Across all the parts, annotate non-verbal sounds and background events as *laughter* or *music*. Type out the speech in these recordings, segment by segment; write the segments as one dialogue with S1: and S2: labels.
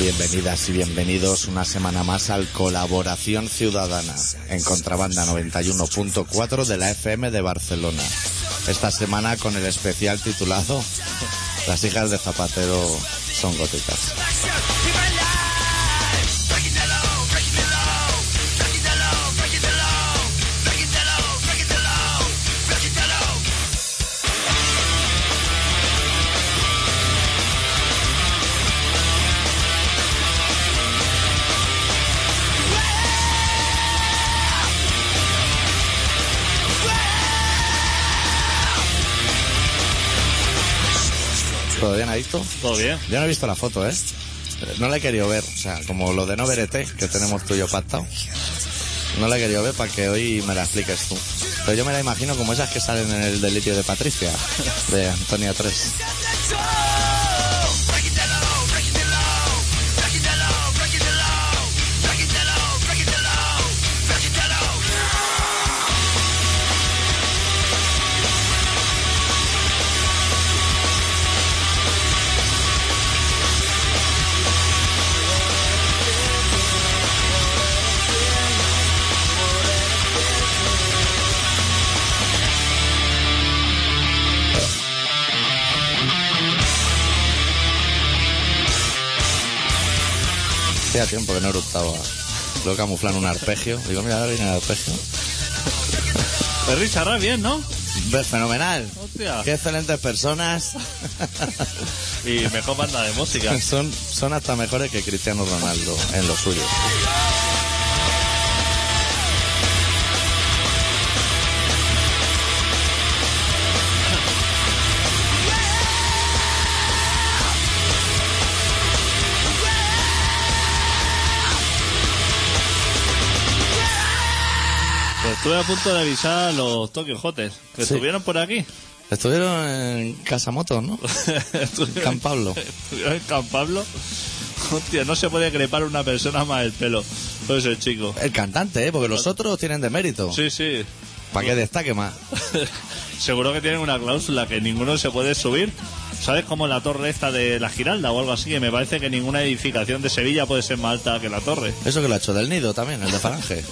S1: Bienvenidas y bienvenidos una semana más al Colaboración Ciudadana en Contrabanda 91.4 de la FM de Barcelona. Esta semana con el especial titulado Las hijas de Zapatero son góticas. ¿Todavía no ha visto?
S2: Todo bien.
S1: Yo no he visto la foto, ¿eh? No la he querido ver, o sea, como lo de no ver ET, que tenemos tuyo pactado. No la he querido ver para que hoy me la expliques tú. Pero yo me la imagino como esas que salen en el delitio de Patricia, de Antonia 3. Hacía tiempo que no eruptaba. Lo camuflan un arpegio. Digo, mira, ahora viene el arpegio.
S2: El Richard Ray, bien, ¿no?
S1: Ves, Pues fenomenal.
S2: Hostia.
S1: Qué excelentes personas. *laughs*
S2: Y mejor banda de música.
S1: Son, son hasta mejores que Cristiano Ronaldo en lo suyo.
S2: Pues estuve a punto de avisar a los Tokyo Hotes que
S1: Sí.
S2: estuvieron por aquí.
S1: Estuvieron en Casamoto,
S2: *laughs*
S1: ¿no?
S2: Estuvieron-
S1: Can Pablo.
S2: Estuvieron en Can Pablo. Hostia, no se puede crepar una persona más el pelo. Pues el chico.
S1: El cantante, ¿eh? Porque los otros tienen de mérito.
S2: Sí, sí. *laughs*
S1: Para que destaque más.
S2: Seguro que tienen una cláusula que ninguno se puede subir. ¿Sabes cómo la torre esta de la Giralda o algo así? Que me parece que ninguna edificación de Sevilla puede ser más alta que la torre.
S1: Eso que lo ha hecho del nido también, el de
S2: *laughs*
S1: Falange.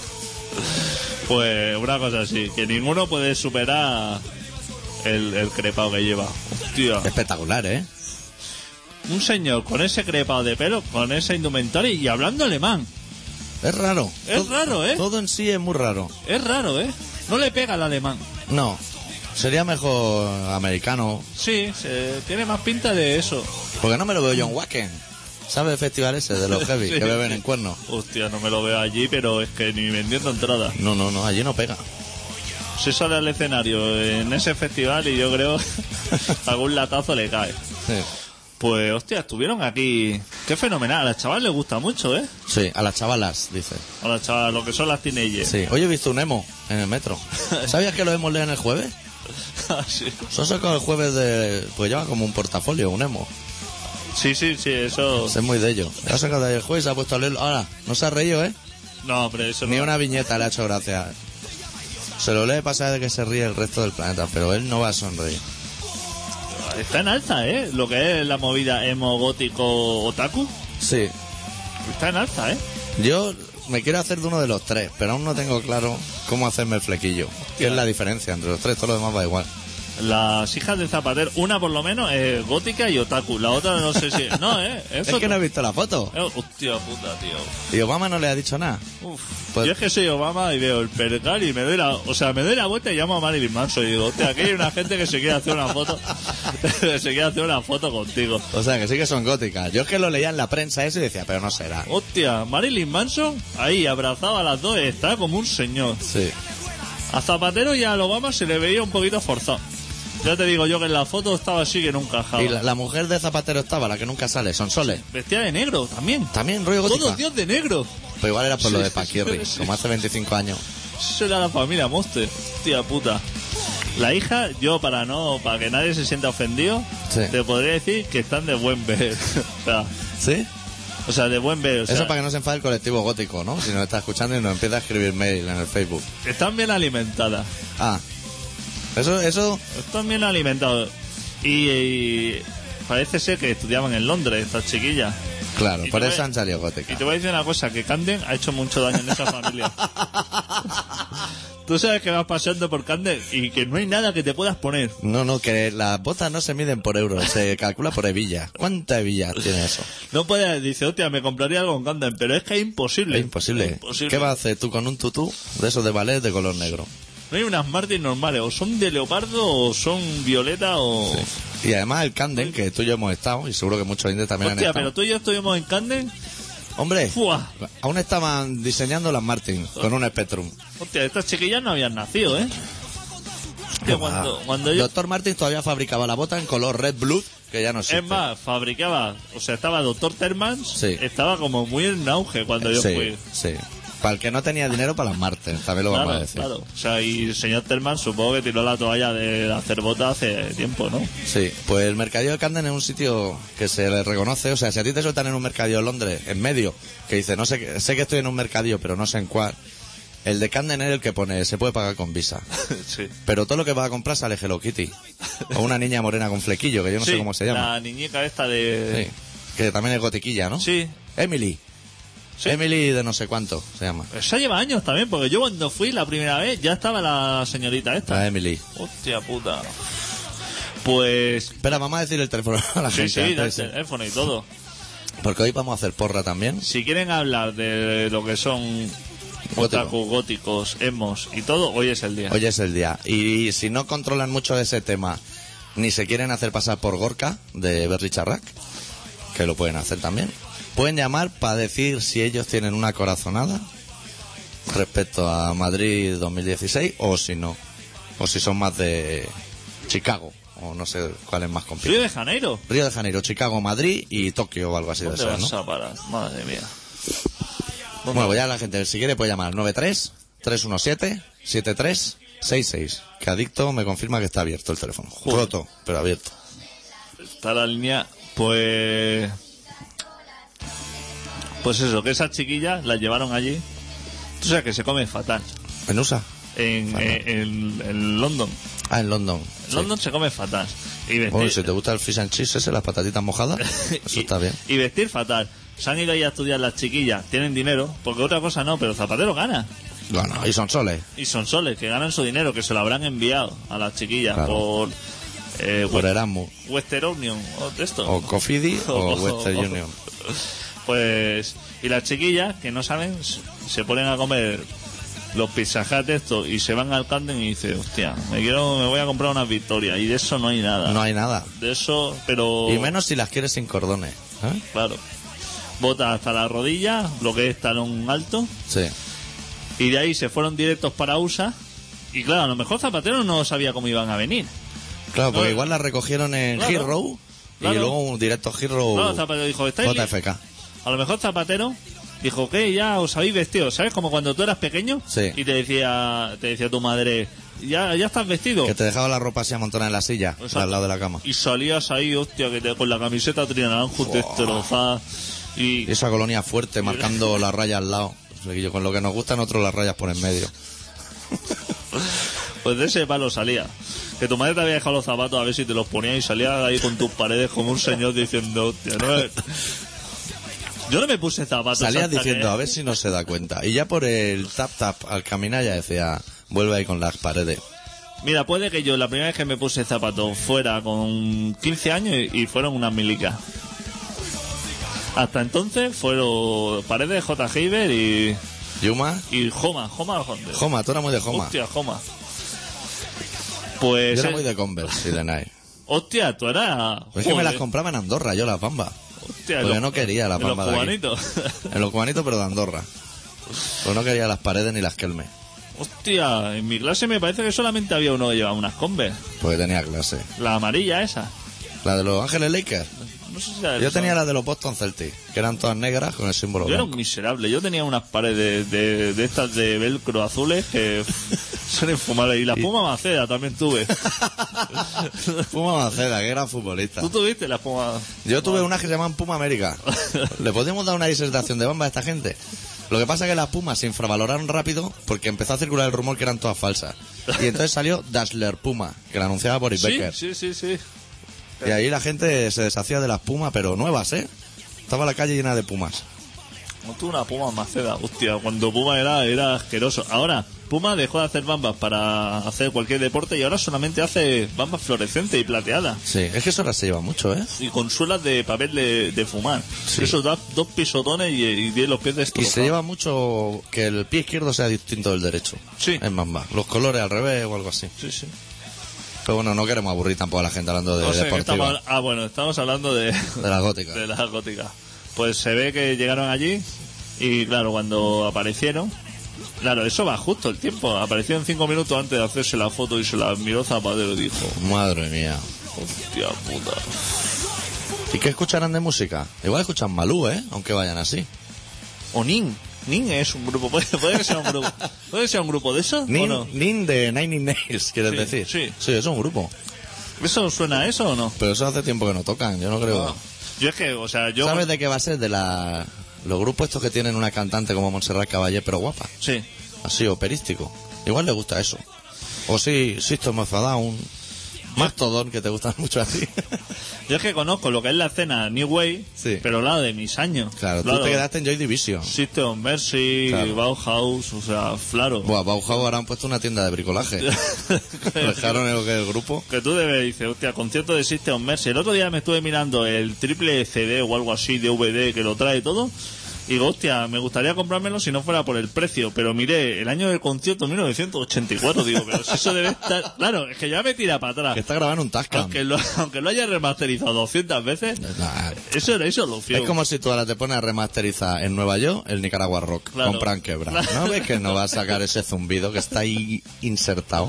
S2: Pues una cosa así, que ninguno puede superar el, el crepado que lleva. Hostia.
S1: Espectacular, ¿eh?
S2: Un señor con ese crepado de pelo, con esa indumentaria y hablando alemán.
S1: Es raro.
S2: Es raro, ¿eh?
S1: Todo en sí es muy raro.
S2: Es raro, ¿eh? No le pega al alemán.
S1: No. Sería mejor americano.
S2: Sí, se- tiene más pinta de eso.
S1: Porque no me lo veo John Wacken. ¿Sabe el festival ese de *laughs* los heavy
S2: Sí.
S1: que beben en cuernos?
S2: Hostia, no me lo veo allí, pero es que ni vendiendo entradas.
S1: No, no, no, allí no pega.
S2: Se sale al escenario en ese festival y yo creo *laughs* algún latazo le cae.
S1: Sí.
S2: Pues, hostia, estuvieron aquí. Qué fenomenal. A las chavales les gusta mucho, ¿eh?
S1: Sí, a las chavalas, dice.
S2: A las chavales, lo que son las *laughs* teenagers.
S1: Sí. Hoy he visto un emo en el *laughs* metro. ¿Sabías que los emos leen el jueves?
S2: Ah, sí.
S1: Se han sacado el jueves de... Pues lleva como un portafolio, un emo.
S2: Sí, sí, sí, eso.
S1: Ese es muy de ellos. Lo ha sacado el jueves y se ha puesto a leerlo. Ahora, no se ha reído, ¿eh?
S2: No, hombre, eso
S1: Ni
S2: no.
S1: una viñeta le ha hecho gracia. Se lo lee pasar de que se ríe el resto del planeta, pero él no va a sonreír.
S2: Está en alza, ¿eh? Lo que es la movida emo gótico otaku.
S1: Sí.
S2: Está en alza, ¿eh?
S1: Yo me quiero hacer de uno de los tres, pero aún no tengo claro cómo hacerme el flequillo. ¿Qué es la diferencia entre los tres? Todo lo demás va igual.
S2: Las hijas de Zapatero, una por lo menos es gótica y otaku. La otra no sé si. No,
S1: *laughs*
S2: ¿eh?
S1: Es
S2: Eso
S1: que no he visto la foto.
S2: Eh, Hostia puta, tío.
S1: Y Obama no le ha dicho nada.
S2: Uf.
S1: Pues-
S2: Yo es que soy Obama y veo el percal y me doy la... O sea, me doy la vuelta y llamo a Marilyn Manson y digo, hostia, aquí hay una gente que se quiere hacer una foto... *laughs* se quiere hacer una foto contigo.
S1: O sea, que sí que son góticas. Yo es que lo leía en la prensa eso y decía, pero no será.
S2: Hostia, Marilyn Manson, ahí, abrazaba a las dos, está como un señor.
S1: Sí.
S2: A Zapatero y a Obama se le veía un poquito forzado. Ya te digo yo que en la foto estaba así que nunca encajaba.
S1: Y la, la mujer de Zapatero estaba, la que nunca sale, Sonsoles.
S2: Vestía de negro también.
S1: También rollo gótica.
S2: Todos dios de negro.
S1: Pero igual era por lo
S2: Sí,
S1: de
S2: sí,
S1: Paquirri,
S2: sí.
S1: como hace 25 años.
S2: Eso era la familia Monster. Hostia puta. La hija, yo para no, para que nadie se sienta ofendido,
S1: Sí.
S2: te podría decir que están de buen ver. *laughs* o, sea,
S1: ¿Sí?
S2: o sea, de buen ver. o sea,
S1: Eso para que no se enfade el colectivo gótico, ¿no? Si nos está escuchando y nos empieza a escribir mail en el Facebook.
S2: Están bien alimentadas.
S1: Ah. Eso, eso,
S2: Están bien alimentados. Y, y parece ser que estudiaban en Londres estas chiquillas.
S1: Claro,
S2: Y
S1: por
S2: te
S1: eso
S2: voy-
S1: han salido
S2: Y
S1: góticas.
S2: te voy a decir una cosa, que Canden ha hecho mucho daño en
S1: *laughs*
S2: esa familia. Tú sabes que vas paseando por Canden y que no hay nada que te puedas poner.
S1: No, no, que las botas no se miden por euros,
S2: *laughs*
S1: se calcula por hebilla. ¿Cuánta hebilla tiene eso?
S2: No puedes, dice, hostia, me compraría algo en Canden, pero es que es imposible.
S1: Es imposible.
S2: Imposible.
S1: ¿Qué vas a hacer tú con un tutú de esos de ballet de color negro?
S2: No hay unas Martins normales, o son de leopardo, o son violeta, o...
S1: Y además el Canden, que tú y yo hemos estado, y seguro que muchos indios también
S2: Hostia,
S1: han
S2: pero
S1: estado.
S2: tú y yo estuvimos en Canden,
S1: Hombre,
S2: ¡fua!
S1: aún estaban diseñando las Martin con un Spectrum.
S2: Hostia, estas chiquillas no habían nacido, ¿eh? Hostia, cuando, cuando
S1: Ah.
S2: yo...
S1: Doctor Martin todavía fabricaba la bota en color red blue, que ya no existe.
S2: Es más, fabricaba, o sea, estaba Doctor Termans,
S1: Sí.
S2: estaba como muy en auge cuando yo
S1: sí,
S2: fui.
S1: sí. Para el que no tenía dinero para las Martin, también lo vamos a
S2: Claro,
S1: decir.
S2: claro. O sea, y el señor Terman supongo que tiró la toalla de hacer bota hace
S1: *laughs*
S2: tiempo, ¿no?
S1: Sí, pues el mercadillo de Camden es un sitio que se le reconoce. O sea, si a ti te sueltan en un mercadillo de Londres, en medio, que dice, no sé, qué- sé que estoy en un mercadillo, pero no sé en cuál. El de Camden es el que pone, se puede pagar con visa.
S2: sí.
S1: Pero todo lo que vas a comprar sale Hello Kitty. O una niña morena con flequillo, que yo no sé cómo se llama.
S2: La niñica esta de.
S1: Sí. Que también es gotiquilla, ¿no?
S2: Sí.
S1: Emily.
S2: Sí.
S1: Emily de no sé cuánto se llama.
S2: Esa lleva años también, porque yo cuando fui la primera vez ya estaba la señorita esta.
S1: La Emily.
S2: Hostia puta. Pues.
S1: Espera, vamos a decir el teléfono a la
S2: Ah, Sí,
S1: gente
S2: sí, da el
S1: antes, sí.
S2: teléfono y todo.
S1: Porque hoy vamos a hacer porra también.
S2: Si quieren hablar de lo que son otaku, góticos, emos y todo, hoy es el día.
S1: Hoy es el día. Y si no controlan mucho ese tema, ni se quieren hacer pasar por Gorka de Berry Charrac, que lo pueden hacer también, pueden llamar para decir si ellos tienen una corazonada respecto a Madrid 2016 o si no. O si son más de Chicago, o no sé cuál es más complicado.
S2: Río de Janeiro.
S1: Río de Janeiro, Chicago, Madrid y Tokio o algo así de
S2: ¿Dónde
S1: eso,
S2: vas
S1: ¿no?
S2: a parar? Madre mía.
S1: Bueno, pues ya la gente, si quiere, puede llamar al 93-317-7366. Que adicto me confirma que está abierto el teléfono.
S2: Joder.
S1: Roto, pero abierto.
S2: está la línea, pues. Pues eso, que esas chiquillas las llevaron allí. Tú sabes que se come fatal.
S1: ¿En USA?
S2: En,
S1: Fatal.
S2: eh, en- en London.
S1: Ah, en London.
S2: En
S1: Sí.
S2: London se come fatal. Y vestir,
S1: Bueno, si te gusta el fish and cheese ese, las patatitas
S2: *laughs*
S1: mojadas, eso
S2: y-
S1: está bien.
S2: Y vestir fatal. Se han ido ahí a estudiar las chiquillas, tienen dinero, porque otra cosa no, pero Zapatero gana.
S1: Bueno, y son soles.
S2: Y son soles, que ganan su dinero, que se lo habrán enviado a las chiquillas
S1: Claro.
S2: por. Eh,
S1: Por
S2: West-
S1: Erasmus,
S2: Western Union, o de esto.
S1: o Cofidi,
S2: *laughs*
S1: o Western Union.
S2: Pues, y las chiquillas que no saben, s- se ponen a comer los pizzajats estos y se van al Camden y dicen, hostia, me quiero, me voy a comprar una victoria. Y de eso no hay nada.
S1: No hay nada.
S2: De eso, pero.
S1: Y menos si las quieres sin cordones. ¿eh?
S2: Claro. Bota hasta la rodilla, lo que es talón alto.
S1: Sí.
S2: Y de ahí se fueron directos para USA. Y claro, a lo mejor Zapatero no sabía cómo iban a venir.
S1: Claro, porque
S2: No.
S1: igual las recogieron en
S2: Claro.
S1: Hero
S2: Claro.
S1: y luego un directo Hero
S2: Claro, Zapatero dijo, ¿estáis li-
S1: JFK.
S2: A lo mejor Zapatero dijo que ya os habéis vestido, ¿sabes? Como cuando tú eras pequeño
S1: Sí.
S2: y te decía, te decía tu madre, ya, ya estás vestido.
S1: Que te dejaba la ropa así amontonada en la silla,
S2: Exacto.
S1: al lado de la cama.
S2: Y salías ahí, hostia, que te, con la camiseta trinaranjus destrozada. Y,
S1: Y esa colonia fuerte, marcando las rayas al lado. Flequillo, Con lo que nos gustan otros las rayas por en medio.
S2: pues de ese palo salía. Que tu madre te había dejado los zapatos a ver si te los ponía y salías ahí con tus paredes como un señor diciendo, hostia, no es- Yo no me puse zapatos.
S1: Salías
S2: hasta que-
S1: diciendo, a ver si no se da cuenta. Y ya por el tap tap al caminar ya decía, vuelve ahí con las paredes.
S2: Mira, puede que yo la primera vez que me puse zapatos fuera con 15 años y, y fueron unas milicas. Hasta entonces fueron paredes J. Heiber y,
S1: Yuma,
S2: y Joma, Joma Alfonso.
S1: Joma, tú eras muy de Joma.
S2: Hostia, Joma.
S1: Yo
S2: Pues.
S1: era
S2: eh,
S1: muy de Converse y de Nike.
S2: Hostia, tú eras.
S1: Pues es que me
S2: joder,
S1: las compraba en Andorra, yo las bambas.
S2: hostia,
S1: porque
S2: los-
S1: no quería la
S2: de los
S1: pamba de aquí.
S2: cubanitos. *laughs*
S1: En los cubanitos, pero de Andorra. Pues no quería las paredes ni las kelmes.
S2: hostia, en mi clase me parece que solamente había uno que llevaba unas Converse.
S1: Porque tenía clase.
S2: La amarilla esa.
S1: La de los Ángeles Lakers.
S2: No sé si era
S1: Yo
S2: esa.
S1: tenía la de los Boston Celtics, que eran todas negras con el símbolo
S2: Yo era
S1: blanco.
S2: un miserable. Yo tenía unas paredes de, de- de estas de velcro azules
S1: *laughs*
S2: que son infumables. Y la espuma maceda también tuve.
S1: Puma Maceda, que era futbolista.
S2: ¿Tú tuviste la espuma?
S1: Yo tuve unas que se llamaban Puma América. ¿Le podíamos dar una disertación de bamba a esta gente? Lo que pasa es que las Pumas se infravaloraron rápido porque empezó a circular el rumor que eran todas falsas. Y entonces salió Dazzler Puma, que la anunciaba Boris
S2: Sí,
S1: Becker.
S2: sí, sí, sí.
S1: Y ahí la gente se deshacía de las Pumas, pero nuevas, ¿eh? Estaba la calle llena de pumas.
S2: No tuve una Puma Maceda, hostia, cuando Puma era, era asqueroso. Ahora, Puma dejó de hacer bambas para hacer cualquier deporte y ahora solamente hace bambas fluorescentes y plateadas.
S1: Sí, es que eso ahora se lleva mucho, ¿eh?
S2: Y con suelas de papel de, de fumar.
S1: Sí.
S2: Eso da dos pisotones y, y tiene los pies
S1: Y
S2: destrozados.
S1: se lleva mucho que el pie izquierdo sea distinto del derecho.
S2: Sí.
S1: En bamba. Los colores al revés o algo así.
S2: Sí, sí.
S1: Pero bueno, no queremos aburrir tampoco a la gente hablando de
S2: No sé, ¿qué
S1: deportiva,
S2: estamos- ah, bueno, estamos hablando de, *laughs*
S1: de las góticas.
S2: de las góticas. Pues se ve que llegaron allí y claro, cuando aparecieron, claro, eso va justo el tiempo. Aparecieron cinco minutos antes de hacerse la foto y se la miró Zapatero y dijo,
S1: Madre mía.
S2: hostia puta.
S1: ¿Y qué escucharán de música? Igual escuchan Malú, ¿eh? Aunque vayan así.
S2: O Nin. Nin es un grupo, puede, puede que sea un grupo. ¿Puede que sea un grupo de esos?
S1: Nin,
S2: ¿O no?
S1: Nin de Nine Inch Nails, quieres
S2: Sí,
S1: decir.
S2: sí.
S1: Sí, es un grupo.
S2: ¿Eso suena a eso o no?
S1: Pero eso hace tiempo que no tocan, yo no creo.
S2: Yo es que, o sea, yo.
S1: ¿Sabes de qué va a ser? De la... los grupos estos que tienen una cantante como Montserrat Caballé, pero guapa.
S2: Sí.
S1: Así, operístico. Igual le gusta eso. O sí, System of a Down. Mastodon, que te gustan *laughs* mucho así.
S2: Yo es que conozco lo que es la escena New Way,
S1: Sí.
S2: pero la de mis años.
S1: claro, tú te quedaste en Joy Division.
S2: System Mercy,
S1: Claro.
S2: Bauhaus, o sea, claro. *laughs*
S1: Buah, Bauhaus ahora han puesto una tienda de bricolaje. Dejaron el, el grupo.
S2: Que tú debes, dices, hostia, concierto de System Mercy. El otro día me estuve mirando el triple CD o algo así, DVD, que lo trae todo. Y digo, hostia, me gustaría comprármelo si no fuera por el precio. Pero miré, el año del concierto, 1984, digo, pero si eso debe estar...
S1: *laughs*
S2: Claro, es que ya me tira para
S1: Que
S2: atrás.
S1: está grabando un Tascam.
S2: Aunque lo, *laughs* aunque lo haya remasterizado 200 veces,
S1: Nah,
S2: eso era eso, lo
S1: Es
S2: fiel.
S1: como si tú ahora te pones a remasterizar en Nueva York el Nicaragua Rock.
S2: Claro.
S1: Compran quebra. ¿No
S2: Claro.
S1: ves que no va a sacar ese zumbido que está ahí insertado?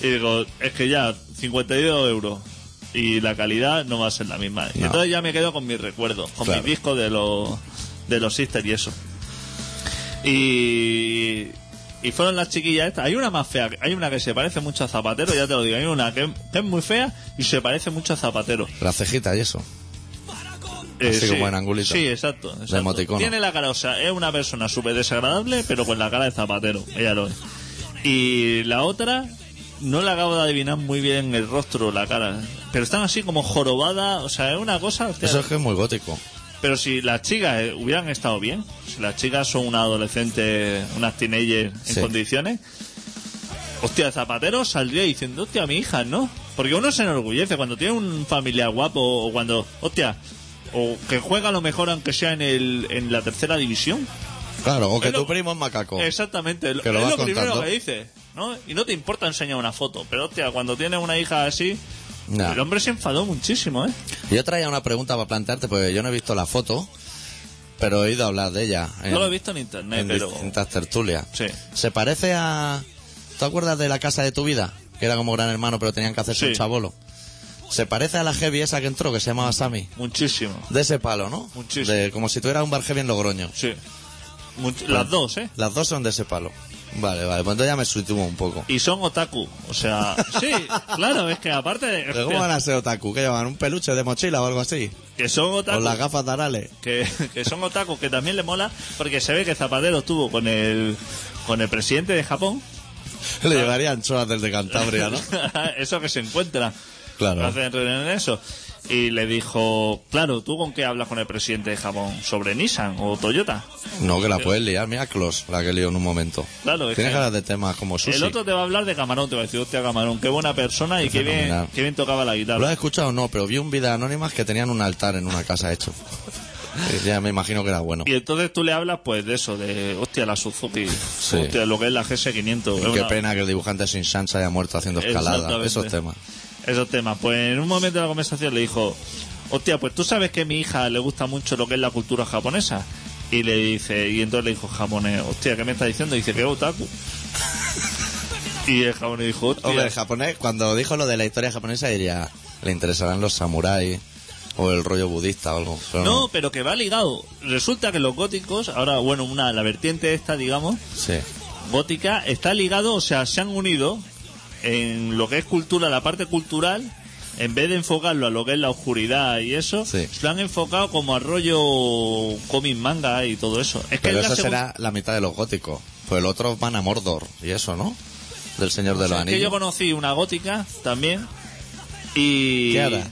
S2: Y digo, es que ya, 52 euros. Y la calidad no va a ser la misma. Y
S1: No.
S2: entonces ya me quedo con mis recuerdos, con
S1: Claro.
S2: mis discos de los de los Sisters y eso. Y, y fueron las chiquillas estas. Hay una más fea, hay una que se parece mucho a Zapatero, ya te lo digo. Hay una que, que es muy fea y se parece mucho a Zapatero.
S1: La cejita y eso.
S2: Eh,
S1: Así
S2: sí.
S1: como en angulito.
S2: Sí, exacto. exacto.
S1: emoticono.
S2: Tiene la cara, o sea, es una persona súper desagradable, pero con la cara de zapatero. Ella lo es. Y la otra, no le acabo de adivinar muy bien el rostro, la cara. Pero están así como jorobadas, o sea, es una cosa. hostia.
S1: Eso es que es muy gótico.
S2: Pero si las chicas eh, hubieran estado bien, si las chicas son una adolescente, unas teenagers en
S1: Sí.
S2: condiciones, hostia, Zapatero saldría diciendo, hostia, mi hija, ¿no? Porque uno se enorgullece cuando tiene un familiar guapo o cuando, hostia, o que juega a lo mejor aunque sea en, el, en la tercera división.
S1: Claro, o que
S2: Es lo-
S1: tu primo es macaco.
S2: Exactamente, lo-
S1: Oh. Que lo
S2: es
S1: vas
S2: lo primero
S1: contando.
S2: que dices, ¿no? Y no te importa enseñar una foto, pero hostia, cuando tienes una hija así,
S1: Nah.
S2: el hombre se enfadó muchísimo, ¿eh?
S1: Yo traía una pregunta para plantearte, porque yo no he visto la foto, pero he oído hablar de ella. en-
S2: No lo he visto en internet,
S1: en
S2: pero...
S1: distintas tertulias.
S2: Sí.
S1: ¿Se parece a... ¿Tú acuerdas de la casa de tu vida? Que era como gran hermano, pero tenían que hacerse
S2: Sí.
S1: un chabolo. ¿Se parece a la heavy esa que entró, que se llamaba Sammy?
S2: Muchísimo.
S1: De ese palo, ¿no?
S2: Muchísimo.
S1: De- como si tuviera un bar heavy en Logroño.
S2: Sí. Much- las dos, ¿eh?
S1: Las dos son de ese palo. Vale, vale, pues entonces ya me suitumo un poco.
S2: Y son otaku. O sea, *laughs* sí, claro, es que aparte de-
S1: ¿Pero cómo van a ser otaku? ¿Qué llevan? ¿Un peluche de mochila o algo así?
S2: que son
S1: ¿O
S2: otaku.
S1: las gafas de Arale? *laughs*
S2: Que, que son otaku, que también le mola, porque se ve que Zapatero estuvo con el, con el presidente de Japón.
S1: Le llevaría anchoas desde Cantabria,
S2: *laughs*
S1: ¿no?
S2: eso que se encuentra.
S1: Claro.
S2: Hacen reuniones eso. Y le dijo, claro, ¿tú con qué hablas con el presidente de Japón? ¿Sobre Nissan o Toyota?
S1: No, que la puedes liar. Mira, Clos, la que lió en un momento.
S2: Claro, es
S1: Tienes
S2: que-
S1: ganas de temas como sushi.
S2: El otro te va a hablar de Camarón, te va a decir, hostia, Camarón, qué buena persona y qué bien,
S1: fenomenal.
S2: qué bien tocaba la guitarra.
S1: ¿Lo has escuchado o no? Pero vi un video anónimas que tenían un altar en una casa hecho.
S2: *laughs*
S1: Eh, ya me imagino que era bueno.
S2: Y entonces tú le hablas, pues, de eso, de, hostia, la Suzuki,
S1: Sí.
S2: hostia, lo que es la GS500. es
S1: Qué
S2: una-
S1: pena que el dibujante sin Sans haya muerto haciendo escalada.
S2: Exactamente.
S1: Esos temas.
S2: Esos temas. Pues en un momento de la conversación le dijo, hostia, pues tú sabes que a mi hija le gusta mucho lo que es la cultura japonesa. Y le dice, y entonces le dijo japonés, hostia, ¿qué me estás diciendo? Y dice, que es otaku. *laughs* y el japonés dijo, hostia,
S1: Hombre, el japonés, cuando dijo lo de la historia japonesa, diría, le interesarán los samuráis o el rollo budista o algo. Pero
S2: no, pero que va ligado. Resulta que los góticos, ahora, bueno, una, la vertiente esta, digamos,
S1: Sí.
S2: gótica está ligado, o sea, se han unido en lo que es cultura, la parte cultural, en vez de enfocarlo a lo que es la oscuridad y eso,
S1: Sí.
S2: lo han enfocado como a rollo cómic manga y todo eso. Es que
S1: Pero
S2: es la
S1: eso
S2: segun-
S1: será la mitad de los góticos. Pues el otro van a Mordor y eso, ¿no? Del Señor de
S2: o sea,
S1: los
S2: es que yo
S1: Anillos.
S2: *laughs* conocí una gótica también y
S1: ¿Qué hará?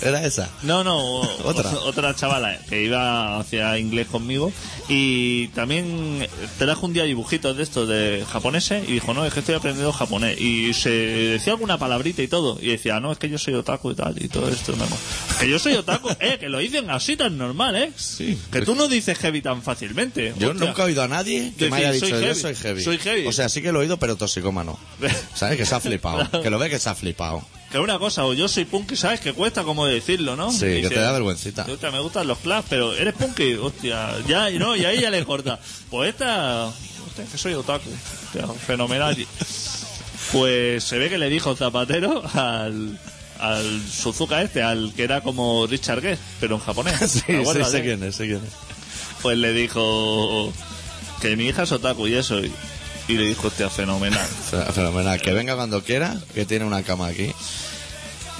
S1: Era esa.
S2: No, no, o-
S1: *laughs* Otra.
S2: o- otra chavala eh, que iba hacia inglés conmigo y también eh, trajo un día dibujitos de estos de japoneses y dijo, no, es que estoy aprendiendo japonés y se decía alguna palabrita y todo y decía, no, es que yo soy otaku y tal y todo esto, no, *laughs* no. que yo soy otaku, eh, que lo dicen así tan normal, eh,
S1: Sí.
S2: que tú no dices heavy tan fácilmente.
S1: Yo
S2: hostia.
S1: nunca he oído a nadie que
S2: Decir,
S1: me haya dicho
S2: soy
S1: yo
S2: heavy,
S1: soy heavy.
S2: soy heavy.
S1: O sea, sí que lo he oído, pero toxicómano. ¿Sabes? Que se ha flipado. Que lo ve que se ha flipado.
S2: *laughs* Que una cosa, o yo soy punky, ¿sabes? Que cuesta como decirlo, ¿no?
S1: Sí, que te da vergüencita.
S2: Hostia, me gustan los claps, pero eres punky, hostia. Ya, y no, y ahí ya le corta. Pues esta, hostia, que soy otaku. Hostia, fenomenal. Pues se ve que le dijo Zapatero al, al Suzuka este, al que era como Richard Guest, pero en japonés.
S1: *laughs* *laughs* Sí,
S2: ¿Te
S1: sí,
S2: acuerdas, eh?
S1: sé quién es, sé quién es.
S2: Pues le dijo que mi hija es otaku y eso. Y, y le dijo, hostia, fenomenal.
S1: Fe- Fenomenal. Que venga cuando quiera, que tiene una cama aquí.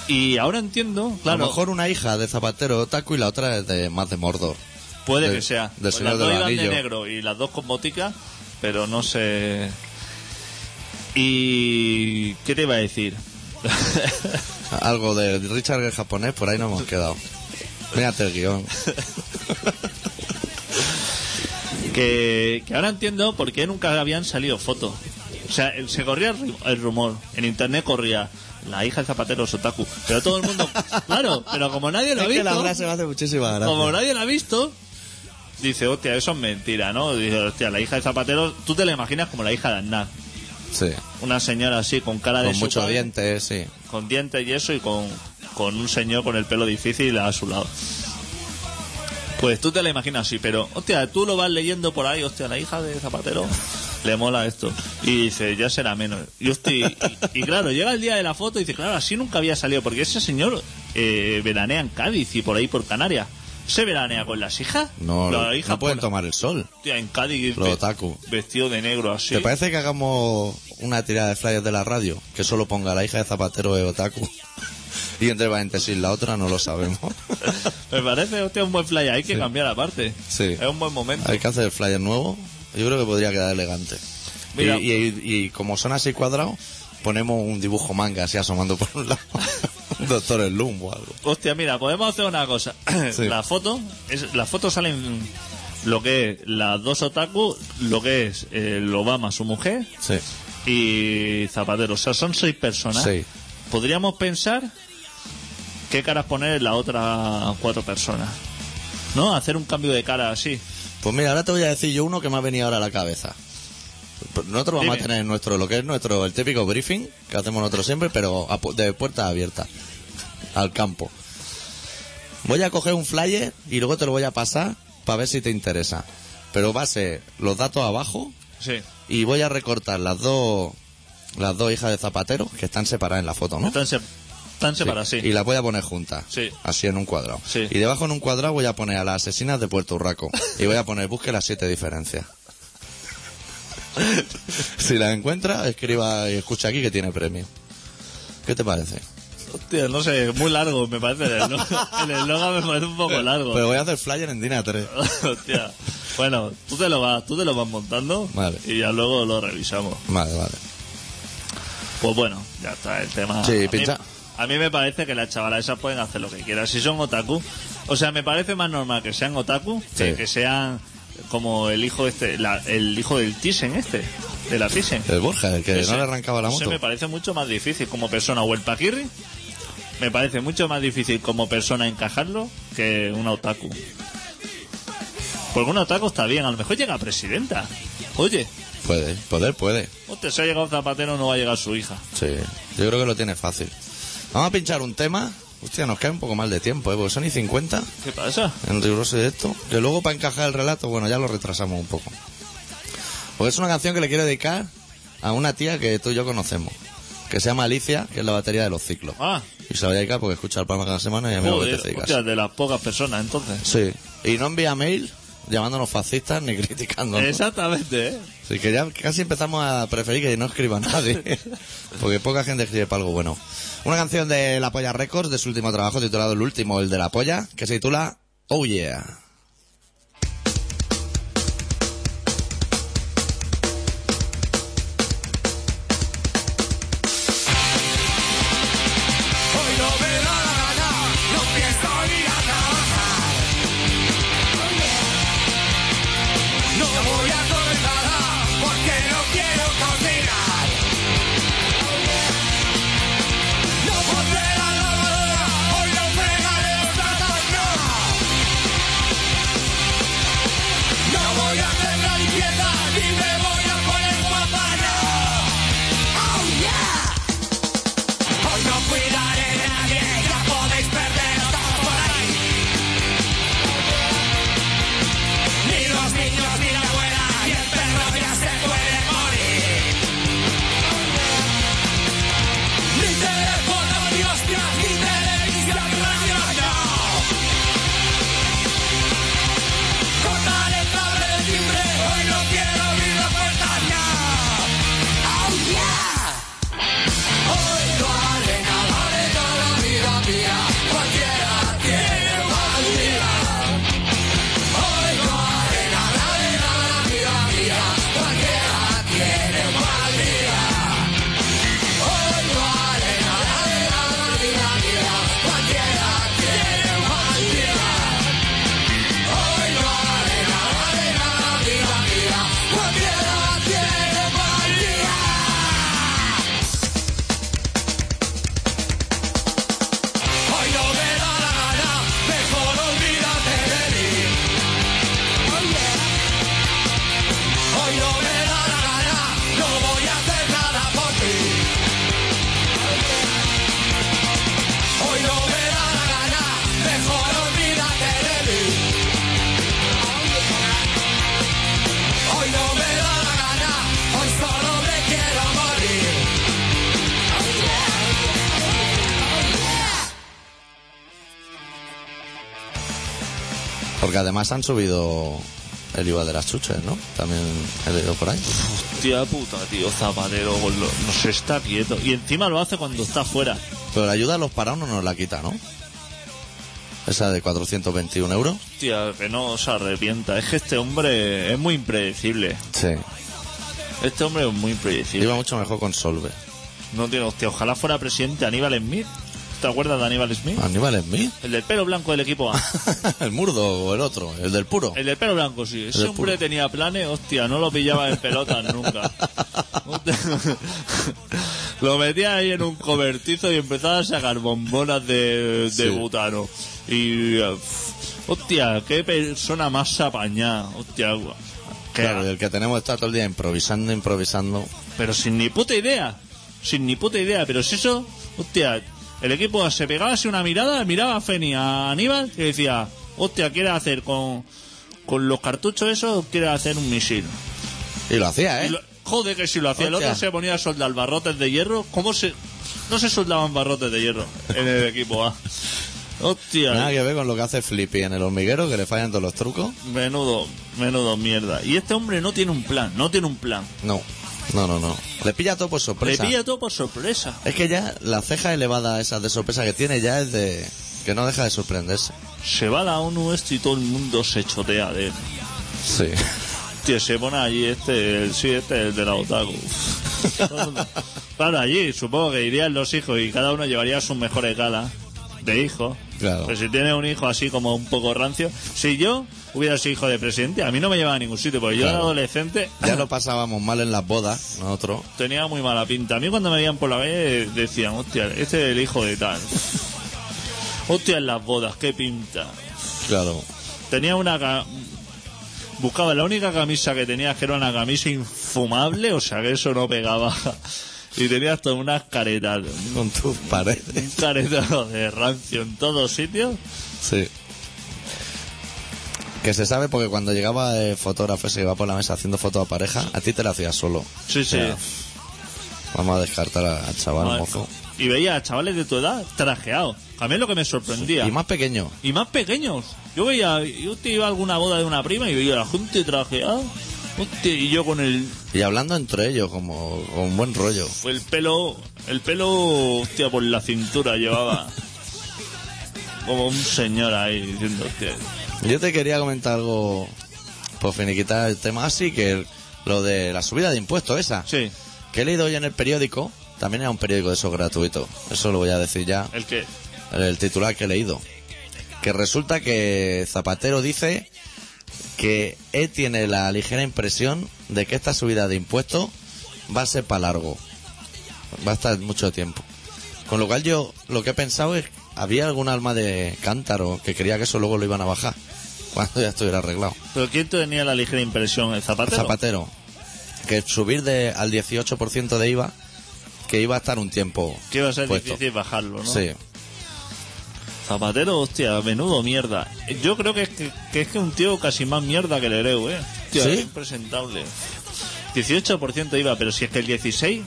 S2: Y ahora entiendo,
S1: A
S2: claro.
S1: lo mejor una hija de Zapatero Otaku y la otra es de más de Mordor.
S2: Puede
S1: De-
S2: que sea.
S1: del
S2: Pues
S1: Señor
S2: las
S1: del
S2: dos iban de
S1: Anillo.
S2: negro y las dos con botica, pero no sé. ¿Y qué te iba a decir? *laughs*
S1: Algo de Richard el japonés, por ahí no hemos quedado. Mírate el
S2: *laughs*
S1: guión.
S2: que, que ahora entiendo por qué nunca habían salido fotos. O sea, el- se corría el, ru- el rumor, en internet corría la hija del zapatero es otaku, pero todo el mundo, *laughs* claro, pero como nadie lo ha
S1: Es que la
S2: visto,
S1: frase me hace muchísima gracia.
S2: como nadie la ha visto, dice, hostia, eso es mentira, ¿no? Dice, hostia, la hija del zapatero, tú te la imaginas como la hija de Aznar,
S1: Sí.
S2: una señora así con cara de
S1: Con
S2: su
S1: muchos
S2: padre.
S1: dientes, sí.
S2: con dientes y eso y con, con un señor con el pelo difícil a su lado. Pues tú te la imaginas así, pero hostia, tú lo vas leyendo por ahí, hostia, la hija de Zapatero le mola esto. Y dice, ya será menos. Y, hostia, y, y claro, llega el día de la foto y dice, claro, así nunca había salido, porque ese señor eh, veranea en Cádiz y por ahí por Canarias. ¿Se veranea con las hijas?
S1: No,
S2: la hija
S1: no pueden tomar el sol.
S2: en Cádiz
S1: Los
S2: ve-
S1: otaku.
S2: vestido de negro así.
S1: ¿Te parece que hagamos una tirada de flyers de la radio? Que solo ponga la hija de Zapatero de Otaku. *laughs* Y entre paréntesis la otra no lo sabemos.
S2: Me parece, hostia, un buen flyer. Hay que cambiar aparte.
S1: Sí.
S2: Es un buen momento.
S1: Hay que hacer el flyer nuevo. Yo creo que podría quedar elegante. Y,
S2: Mira.
S1: y- y como son así cuadrados, ponemos un dibujo manga así asomando por un lado. *laughs* un doctor en Loom o algo.
S2: Hostia, mira, podemos hacer una cosa. *clears throat*
S1: Sí.
S2: La foto, es, la foto salen lo que es las dos otaku, lo que es eh, el Obama, su mujer,
S1: Sí.
S2: y Zapatero. O sea, son seis personas.
S1: Sí.
S2: Podríamos pensar qué caras poner en las otras cuatro personas. ¿No? Hacer un cambio de cara así.
S1: Pues mira, ahora te voy a decir yo uno que me ha venido ahora a la cabeza. Nosotros vamos
S2: Dime.
S1: a tener nuestro, lo que es nuestro, el típico briefing que hacemos nosotros siempre, pero a pu- de puertas abiertas, al campo. Voy a coger un flyer y luego te lo voy a pasar para ver si te interesa. Pero va a ser los datos abajo
S2: Sí.
S1: y voy a recortar las dos, las dos hijas de Zapatero que están separadas en la foto, ¿no?
S2: Están, se- están separadas, sí.
S1: Y las voy a poner juntas.
S2: Sí.
S1: Así en un cuadrado.
S2: Sí.
S1: Y debajo en un cuadrado voy a poner a las asesinas de Puerto Urraco. Y voy a poner busque las siete diferencias. *laughs* si las encuentra, escriba y escucha aquí que tiene premio. ¿Qué te parece?
S2: Hostia, no sé, es muy largo, me parece. El eslogan- *laughs* el eslogan me parece un poco Pues largo.
S1: Pero voy a hacer flyer en Dina 3.
S2: *laughs* Hostia. Bueno, tú te lo vas, tú te lo vas montando
S1: Vale.
S2: y ya luego lo revisamos.
S1: Vale, vale.
S2: Pues bueno, ya está el tema.
S1: Sí,
S2: A mí-
S1: pincha.
S2: A mí me parece que las chavalas esas pueden hacer lo que quieran. Si son otaku, o sea, me parece más normal que sean otaku que
S1: Sí.
S2: que sean como el hijo este, la- el hijo del Thyssen este, de la Thyssen.
S1: El Borja, el que
S2: Ese-
S1: no le arrancaba la
S2: ese
S1: moto.
S2: me parece mucho más difícil como persona o el Paquirri. Me parece mucho más difícil como persona encajarlo que un otaku. Porque un otaku está bien, a lo mejor llega presidenta. Oye,
S1: Puede, poder, puede.
S2: usted se ha llegado Zapatero, no va a llegar su hija.
S1: Sí. Yo creo que lo tiene fácil. Vamos a pinchar un tema. Hostia, nos queda un poco mal de tiempo, ¿eh? Porque son y 50.
S2: ¿Qué pasa?
S1: en riguroso directo. Que luego para encajar el relato, bueno, ya lo retrasamos un poco. Porque es una canción que le quiero dedicar a una tía que tú y yo conocemos, que se llama Alicia, que es la batería de los ciclos.
S2: Ah,
S1: Y se la voy a dedicar porque escucha el programa cada semana y a mí me
S2: joder,
S1: apetece dedicar.
S2: hostia, de las pocas personas entonces.
S1: Sí. Y no envía mail llamándonos fascistas ni *laughs* criticándonos.
S2: Exactamente, ¿eh?
S1: Así que ya casi empezamos a preferir que no escriba *laughs* nadie, porque poca gente escribe para algo bueno. Una canción de La Polla Records, de su último trabajo titulado El último, el de La Polla, que se titula Oh Yeah.
S3: Hoy no verás Oh,
S4: Oh, Oh, Oh, Oh,
S1: Porque además han subido el IVA de las chuches, ¿no? También he leído por ahí.
S2: Hostia puta, tío, Zapatero, con lo- nos está quieto. Y encima lo hace cuando está fuera.
S1: Pero la ayuda a los parados no nos la quita, ¿no? Esa de 421 euros.
S2: Hostia, que no se arrepienta. Es que este hombre es muy impredecible.
S1: Sí.
S2: Este hombre es muy impredecible.
S1: Iba mucho mejor con Solve.
S2: No tiene hostia. Ojalá fuera presidente Aníbal Smith. ¿Te acuerdas de Aníbal Smith?
S1: Aníbal Smith.
S2: El del pelo blanco del equipo A.
S1: *laughs* Ah. el murdo o el otro, el del puro.
S2: El del pelo blanco, sí. Ese
S1: del
S2: hombre
S1: puro.
S2: tenía planes, hostia, no lo pillaba en
S1: *laughs*
S2: pelotas nunca. *laughs* lo metía ahí en un cobertizo y empezaba a sacar bombonas de, de
S1: Sí.
S2: butano. Y. eh, Hostia, qué persona más apañada. Hostia, que-
S1: Claro, y el que tenemos está todo el día improvisando, improvisando.
S2: pero sin ni puta idea. Sin ni puta idea. Pero si eso, hostia, el equipo se pegaba así una mirada, miraba a Feni, a Aníbal, y decía, hostia, quiere hacer con, con los cartuchos esos, quiere hacer un misil.
S1: Y lo hacía,
S2: Y
S1: ¿eh?
S2: lo- joder, que si lo hacía el
S1: Hostia.
S2: otro se ponía a soldar barrotes de hierro. ¿Cómo se.? No se soldaban barrotes de hierro en el equipo A. Hostia.
S1: Nada que ver con lo que hace Flippy en el hormiguero, que le fallan todos los trucos.
S2: Menudo, menudo mierda. Y este hombre no tiene un plan, no tiene un plan.
S1: No, no, no, no. Le pilla todo por sorpresa.
S2: Le pilla todo por sorpresa.
S1: Es que ya la ceja elevada esa de sorpresa que tiene ya es de... que no deja de sorprenderse.
S2: Se va a la ONU este y todo el mundo se chotea de él.
S1: Sí.
S2: Tío, se pone allí este, el, sí, este el de
S1: *laughs*
S2: la Otaku. claro, allí supongo que irían los hijos y cada uno llevaría sus mejores galas de hijo.
S1: Claro.
S2: Pero si tiene un hijo así como un poco rancio, si yo hubiera sido hijo de presidente, a mí no me llevaba a ningún sitio, porque yo
S1: Claro.
S2: era adolescente
S1: Ya lo pasábamos mal en las bodas, nosotros.
S2: tenía muy mala pinta. A mí cuando me veían por la calle decían, hostia, este es el hijo
S1: *laughs*
S2: de tal. hostia, en las bodas, qué pinta.
S1: Claro.
S2: Tenía una... ca- Buscaba la única camisa que tenía que era una camisa infumable, o sea que eso no pegaba. *laughs* Y tenía hasta unas caretas,
S1: Con tus paredes.
S2: un caretero de rancio en todos sitios.
S1: Sí. Que se sabe porque cuando llegaba el fotógrafo se iba por la mesa haciendo fotos a pareja, a ti te la hacías solo.
S2: Sí, sí.
S1: sea, Vamos a descartar a- al chaval
S2: Madre-
S1: mozo.
S2: Y veía a chavales de tu edad trajeados. A mí es lo que me sorprendía.
S1: Y más pequeño.
S2: y más pequeños. Yo veía, yo te iba a alguna boda de una prima y veía a la gente trajeada. Hostia, y yo con el,
S1: Y hablando entre ellos, como con buen rollo.
S2: el pelo, el pelo, hostia, por la cintura llevaba. Como un señor ahí diciendo, hostia.
S1: Yo te quería comentar algo, por finiquitar el tema así, que el- lo de la subida de impuestos esa,
S2: Sí,
S1: que he leído hoy en el periódico, también era un periódico de esos gratuitos. Eso lo voy a decir ya.
S2: el que.
S1: el titular que he leído. Que resulta que Zapatero dice que él tiene la ligera impresión de que esta subida de impuestos va a ser para largo. Va a estar mucho tiempo. Con lo cual yo lo que he pensado es, había algún alma de cántaro que creía que eso luego lo iban a bajar. *laughs* Cuando ya estuviera arreglado.
S2: Pero ¿quién tenía la ligera impresión? ¿El zapatero?
S1: Zapatero. Que subir de, al 18% de IVA, que iba a estar un tiempo.
S2: Que iba a ser
S1: puesto.
S2: difícil bajarlo, ¿no?
S1: Sí.
S2: Zapatero, hostia, menudo mierda. Yo creo que es que, que es que un tío casi más mierda que el Ereu, eh. Hostia,
S1: ¿Sí?
S2: es impresentable. 18% iba, pero si es que el 16,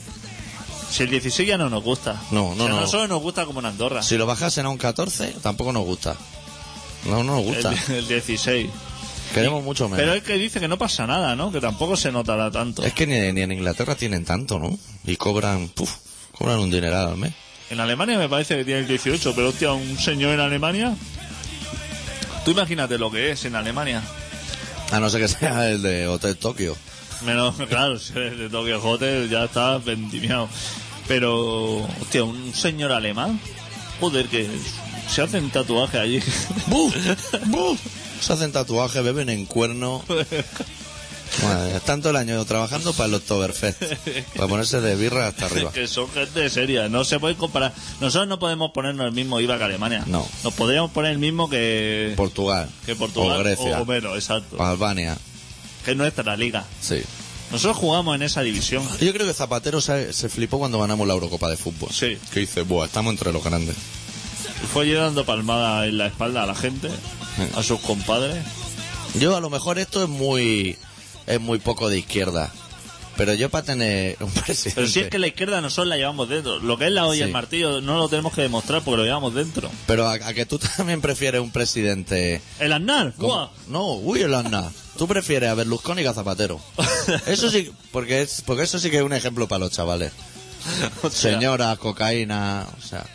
S2: si el 16 ya no nos gusta.
S1: No, no,
S2: Si A
S1: no.
S2: nosotros nos gusta como en Andorra.
S1: Si lo bajasen a un 14, tampoco nos gusta. No, no nos gusta.
S2: el, el 16.
S1: Queremos mucho
S2: Pero
S1: menos.
S2: es que dice que no pasa nada, ¿no? Que tampoco se notará tanto.
S1: Es que ni, ni en Inglaterra tienen tanto, ¿no? Y cobran, puf, cobran un dineral al mes.
S2: En Alemania me parece que tiene el 18, pero hostia, un señor en Alemania. Tú imagínate lo que es en Alemania.
S1: A no ser que sea el de Hotel Tokio.
S2: Menos, *laughs* claro, si eres de Tokyo Hotel ya estás vendimiado. Pero, hostia, un señor alemán, joder, que se hacen tatuajes allí. *laughs*
S1: ¡Buf! ¡Buf! Se hacen tatuajes, beben en cuerno. Madre, están todo el año trabajando para el Oktoberfest. Para ponerse de birra hasta arriba.
S2: *laughs* que son gente seria, no se puede comparar. Nosotros no podemos ponernos el mismo IVA que Alemania.
S1: No.
S2: Nos podríamos poner el mismo que,
S1: Portugal.
S2: que Portugal
S1: O Grecia.
S2: o menos, exacto.
S1: o Albania.
S2: Que es nuestra liga.
S1: Sí.
S2: Nosotros jugamos en esa división.
S1: Yo creo que Zapatero se, se flipó cuando ganamos la Eurocopa de fútbol.
S2: Sí.
S1: Que dice, buah, estamos entre los grandes.
S2: Fue llevando palmada en la espalda a la gente, a sus compadres.
S1: Yo a lo mejor esto es muy es muy poco de izquierda. Pero yo para tener *laughs* un presidente...
S2: Pero si es que la izquierda nosotros la llevamos dentro. Lo que es la olla y
S1: Sí.
S2: el martillo no lo tenemos que demostrar porque lo llevamos dentro.
S1: Pero a, a que tú también prefieres un presidente...
S2: El Aznar,
S1: como- *laughs*
S2: ¡guau! *laughs*
S1: No, uy, el Aznar. Tú prefieres a Berlusconi que a Zapatero. Eso sí, porque, es, porque eso sí que es un ejemplo para los chavales.
S2: O sea,
S1: Señoras, cocaína, o sea...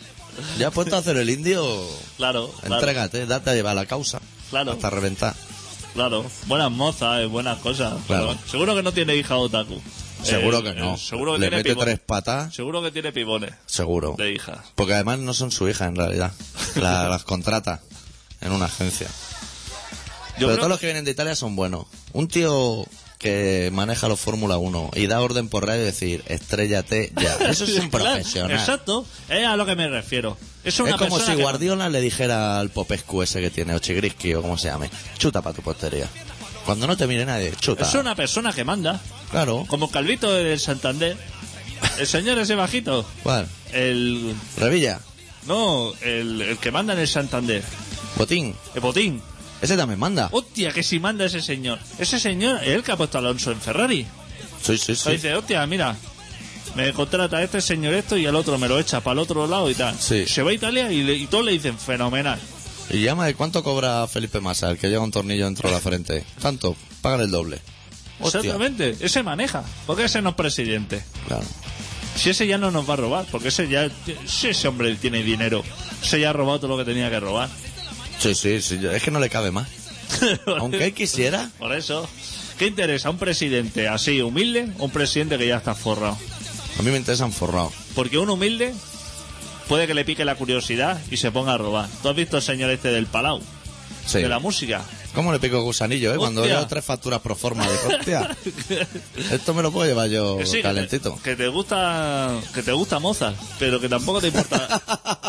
S1: Ya has puesto a hacer el indio...
S2: Claro, claro,
S1: Entrégate, date a llevar la causa.
S2: Claro.
S1: Hasta reventar.
S2: claro. Buenas mozas, eh, buenas cosas.
S1: Claro.
S2: Pero seguro que no tiene hija otaku.
S1: Seguro
S2: Eh,
S1: que
S2: eh,
S1: no.
S2: seguro que
S1: Le
S2: tiene
S1: mete
S2: pibones.
S1: tres patas,
S2: Seguro que tiene pibones
S1: seguro.
S2: de hija.
S1: Porque además no son su hija en realidad.
S2: *laughs*
S1: La- las contrata en una agencia. Pero
S2: Yo creo-
S1: todos los que vienen de Italia son buenos. Un tío que maneja los Fórmula 1 y da orden por radio y decir, estrellate
S2: *laughs*
S1: ya. Eso es un
S2: Claro,
S1: profesional.
S2: Exacto, es a lo que me refiero. Es, una
S1: es como
S2: persona
S1: si
S2: que-
S1: Guardiola le dijera al Popescu ese que tiene, o Chigrisky o como se llame, chuta para tu postería. Cuando no te mire nadie, chuta.
S2: Es una persona que manda.
S1: Claro.
S2: Como Calvito del Santander. El señor ese bajito.
S1: ¿Cuál?
S2: El.
S1: Revilla.
S2: No, el, el que manda en el Santander.
S1: Botín.
S2: El botín.
S1: Ese también manda.
S2: Hostia, que si manda ese señor. Ese señor es el que ha puesto a Alonso en Ferrari.
S1: Sí, sí,
S2: Le
S1: sí.
S2: Dice, hostia, mira. Me contrata a este señor esto y al otro me lo echa para el otro lado y tal.
S1: Sí.
S2: Se va a Italia y, le- y todos le dicen fenomenal.
S1: Y llama de cuánto cobra Felipe Massa, el que lleva un tornillo dentro de la frente. Tanto, pagan el doble. Hostia.
S2: Exactamente. Ese maneja. Porque ese no es presidente.
S1: Claro.
S2: Si ese ya no nos va a robar, porque ese ya. Si ese hombre tiene dinero, ese ya ha robado todo lo que tenía que robar. *laughs*
S1: Sí, sí, sí, es que no le cabe más. Aunque él quisiera,
S2: Por eso. ¿Qué interesa? ¿Un presidente así humilde o un presidente que ya está forrado?
S1: a mí me interesan forrado.
S2: Porque un humilde puede que le pique la curiosidad y se ponga a robar. ¿Tú has visto el señor este del Palau?
S1: Sí.
S2: De la música.
S1: ¿Cómo le pico el gusanillo, eh? Cuando
S2: Hostia.
S1: veo tres facturas pro forma de
S2: *laughs*
S1: hostia. Esto me lo puedo llevar yo
S2: Que sí, que te-
S1: calentito.
S2: Que te, gusta. Que te gusta Mozart, pero que tampoco te importa.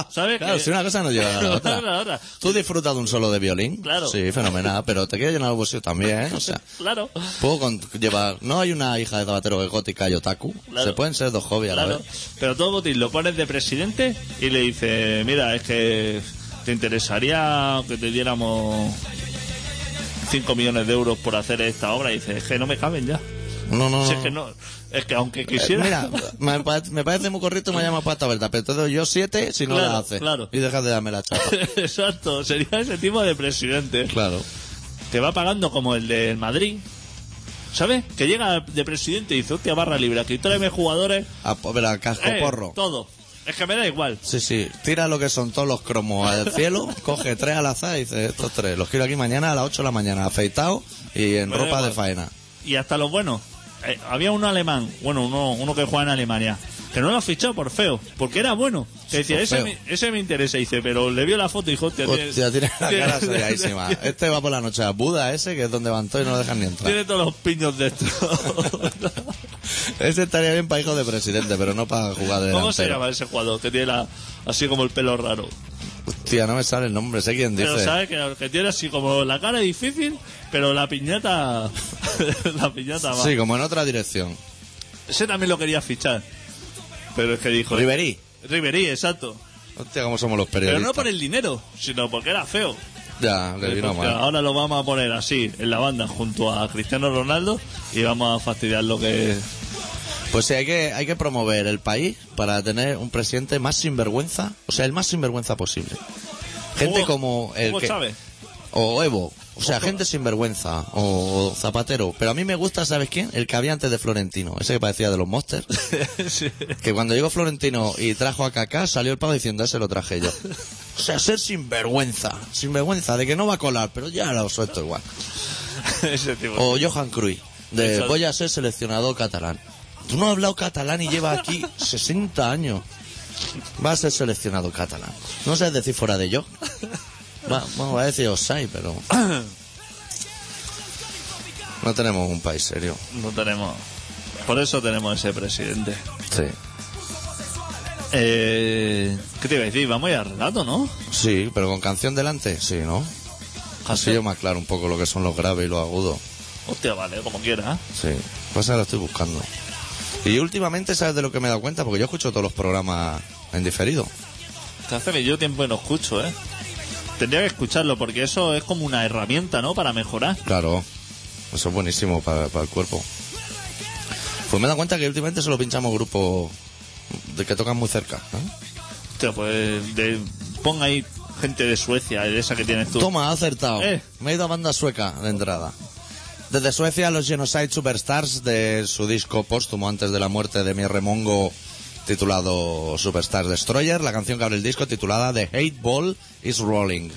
S1: *laughs*
S2: ¿Sabes?
S1: Claro,
S2: Que-
S1: si una cosa no lleva a la
S2: *laughs* No,
S1: otra.
S2: no, no, no.
S1: Tú disfrutas de un solo de violín.
S2: Claro.
S1: Sí, fenomenal, pero te quiero llenar el bolsillo también, ¿eh? O sea,
S2: Claro.
S1: puedo con- llevar... No hay una hija de Zapatero que es gótica y otaku.
S2: Claro.
S1: Se pueden ser dos hobbies a la
S2: Claro,
S1: vez.
S2: pero todo Botín lo pones de presidente y le dice, mira, es que te interesaría que te diéramos 5 millones de euros por hacer esta obra. Y dice, es que no me caben ya.
S1: No, no, no.
S2: Si es que no, es que aunque
S1: Eh,
S2: quisiera...
S1: Mira, me, pa- me parece muy correcto, me llama pasta verdad, pero te doy yo siete si no
S2: Claro,
S1: la haces.
S2: claro.
S1: Y dejas de darme la chapa.
S2: *laughs* Exacto, sería ese tipo de presidente.
S1: claro.
S2: Te va pagando como el del Madrid. ¿Sabes? Que llega de presidente y dice, hostia, barra libre, aquí tráeme jugadores.
S1: A, po- pero al casco
S2: eh,
S1: porro.
S2: todo. Es que me da igual.
S1: Sí, sí. Tira lo que son todos los cromos al cielo, coge tres al azar y dice, estos tres, los quiero aquí mañana a las 8 de la mañana, afeitado y en
S2: Me da
S1: ropa
S2: igual.
S1: de faena.
S2: y hasta los buenos. Eh, había uno alemán, bueno, uno, uno que juega en Alemania, que no lo ha fichado por feo, porque era bueno. Que decía,
S1: Por
S2: ese
S1: feo.
S2: me, ese me interesa, y dice, pero le vio la foto y dijo, hostia, tiene-
S1: Hostia, tiene la cara
S2: *laughs* tiene-
S1: seriadísima. Este va por la noche a Buda ese, que es donde van todos y no lo dejan ni entrar.
S2: Tiene todos los piños de esto.
S1: *laughs* Ese estaría bien para hijo de presidente, pero no para jugar de delantero.
S2: ¿Cómo se llama ese jugador que tiene la- así como el pelo raro?
S1: Hostia, no me sale el nombre, sé quién dice.
S2: Pero sabes que, que tiene así como la cara difícil, pero la piñata. *laughs* la piñata va.
S1: Sí, como en otra dirección.
S2: Ese también lo quería fichar. Pero es que dijo.
S1: Riverí.
S2: Ribery, exacto.
S1: Hostia, cómo somos los
S2: Pero
S1: periodistas.
S2: no por el dinero, sino porque era feo.
S1: Ya, le vino
S2: Porque
S1: mal.
S2: ahora lo vamos a poner así en la banda junto a Cristiano Ronaldo y vamos a fastidiar lo que
S1: Pues sí, hay que, hay que promover el país para tener un presidente más sinvergüenza, o sea, el más sinvergüenza posible. Gente
S2: Hugo-
S1: como el
S2: Hugo
S1: que... *laughs*
S2: Chávez.
S1: O Evo. O sea, gente sinvergüenza. O, o Zapatero. Pero a mí me gusta, ¿sabes quién? El que había antes de Florentino. Ese que parecía de los Monsters.
S2: *laughs* Sí.
S1: Que cuando llegó Florentino y trajo a Kaká, salió el pavo diciendo, ese lo traje
S2: *laughs*
S1: yo. O sea, ser sinvergüenza. Sinvergüenza, de que no va a colar, pero ya lo suelto igual.
S2: Ese tipo.
S1: O Johan Cruyff, de
S2: Exacto.
S1: voy a ser seleccionador catalán. Tú no has hablado catalán y llevas aquí 60 años. Va a ser seleccionado catalán. No sabes decir fuera de yo. Va, bueno, va a decir Osai, pero... No tenemos un país serio.
S2: No tenemos. Por eso tenemos ese presidente.
S1: Sí.
S2: Eh, ¿Qué te iba a decir? Vamos a ir al relato, ¿no?
S1: Sí, pero con canción delante, sí, ¿no?
S2: ¿Ah,
S1: Así yo me aclaro un poco lo que son los graves y los agudos.
S2: Hostia, vale, como ¿eh? quieras.
S1: Sí. Pasa que lo estoy buscando. Y últimamente, ¿sabes de lo que me he dado cuenta? Porque yo escucho todos los programas en diferido.
S2: Te hace que yo tiempo que no escucho, ¿eh? Tendría que escucharlo porque eso es como una herramienta, ¿no? Para mejorar.
S1: Claro, eso es buenísimo para, para el cuerpo. Pues me he dado cuenta que últimamente solo pinchamos grupos de que tocan muy cerca. ¿eh?
S2: Hostia, pues de- pon ahí gente de Suecia, de esa que tienes tú.
S1: Toma, ha acertado.
S2: Eh.
S1: Me he ido a banda sueca de entrada. Desde Suecia, los Genocide Superstars de su disco póstumo antes de la muerte de mi remongo titulado Superstars Destroyer, la canción que abre el disco titulada The Hate Ball is Rolling.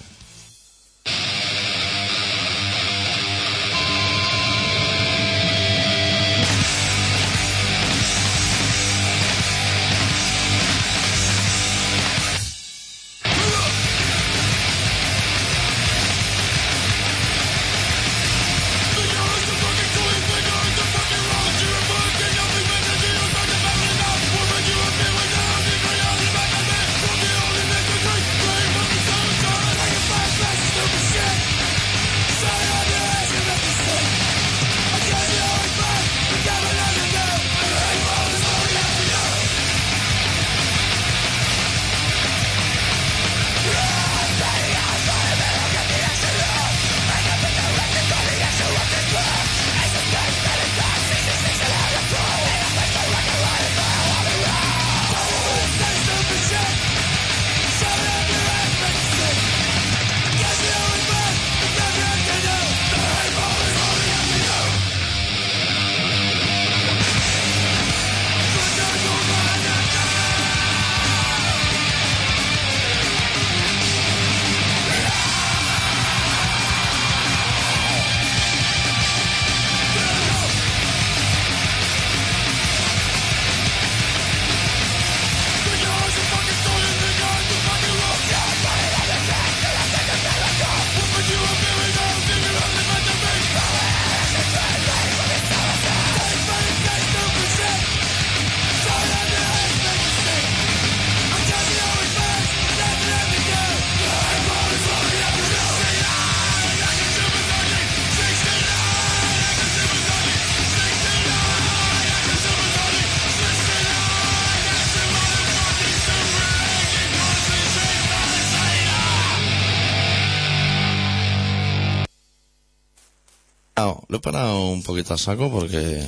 S1: Ah, lo he parado un poquito a saco porque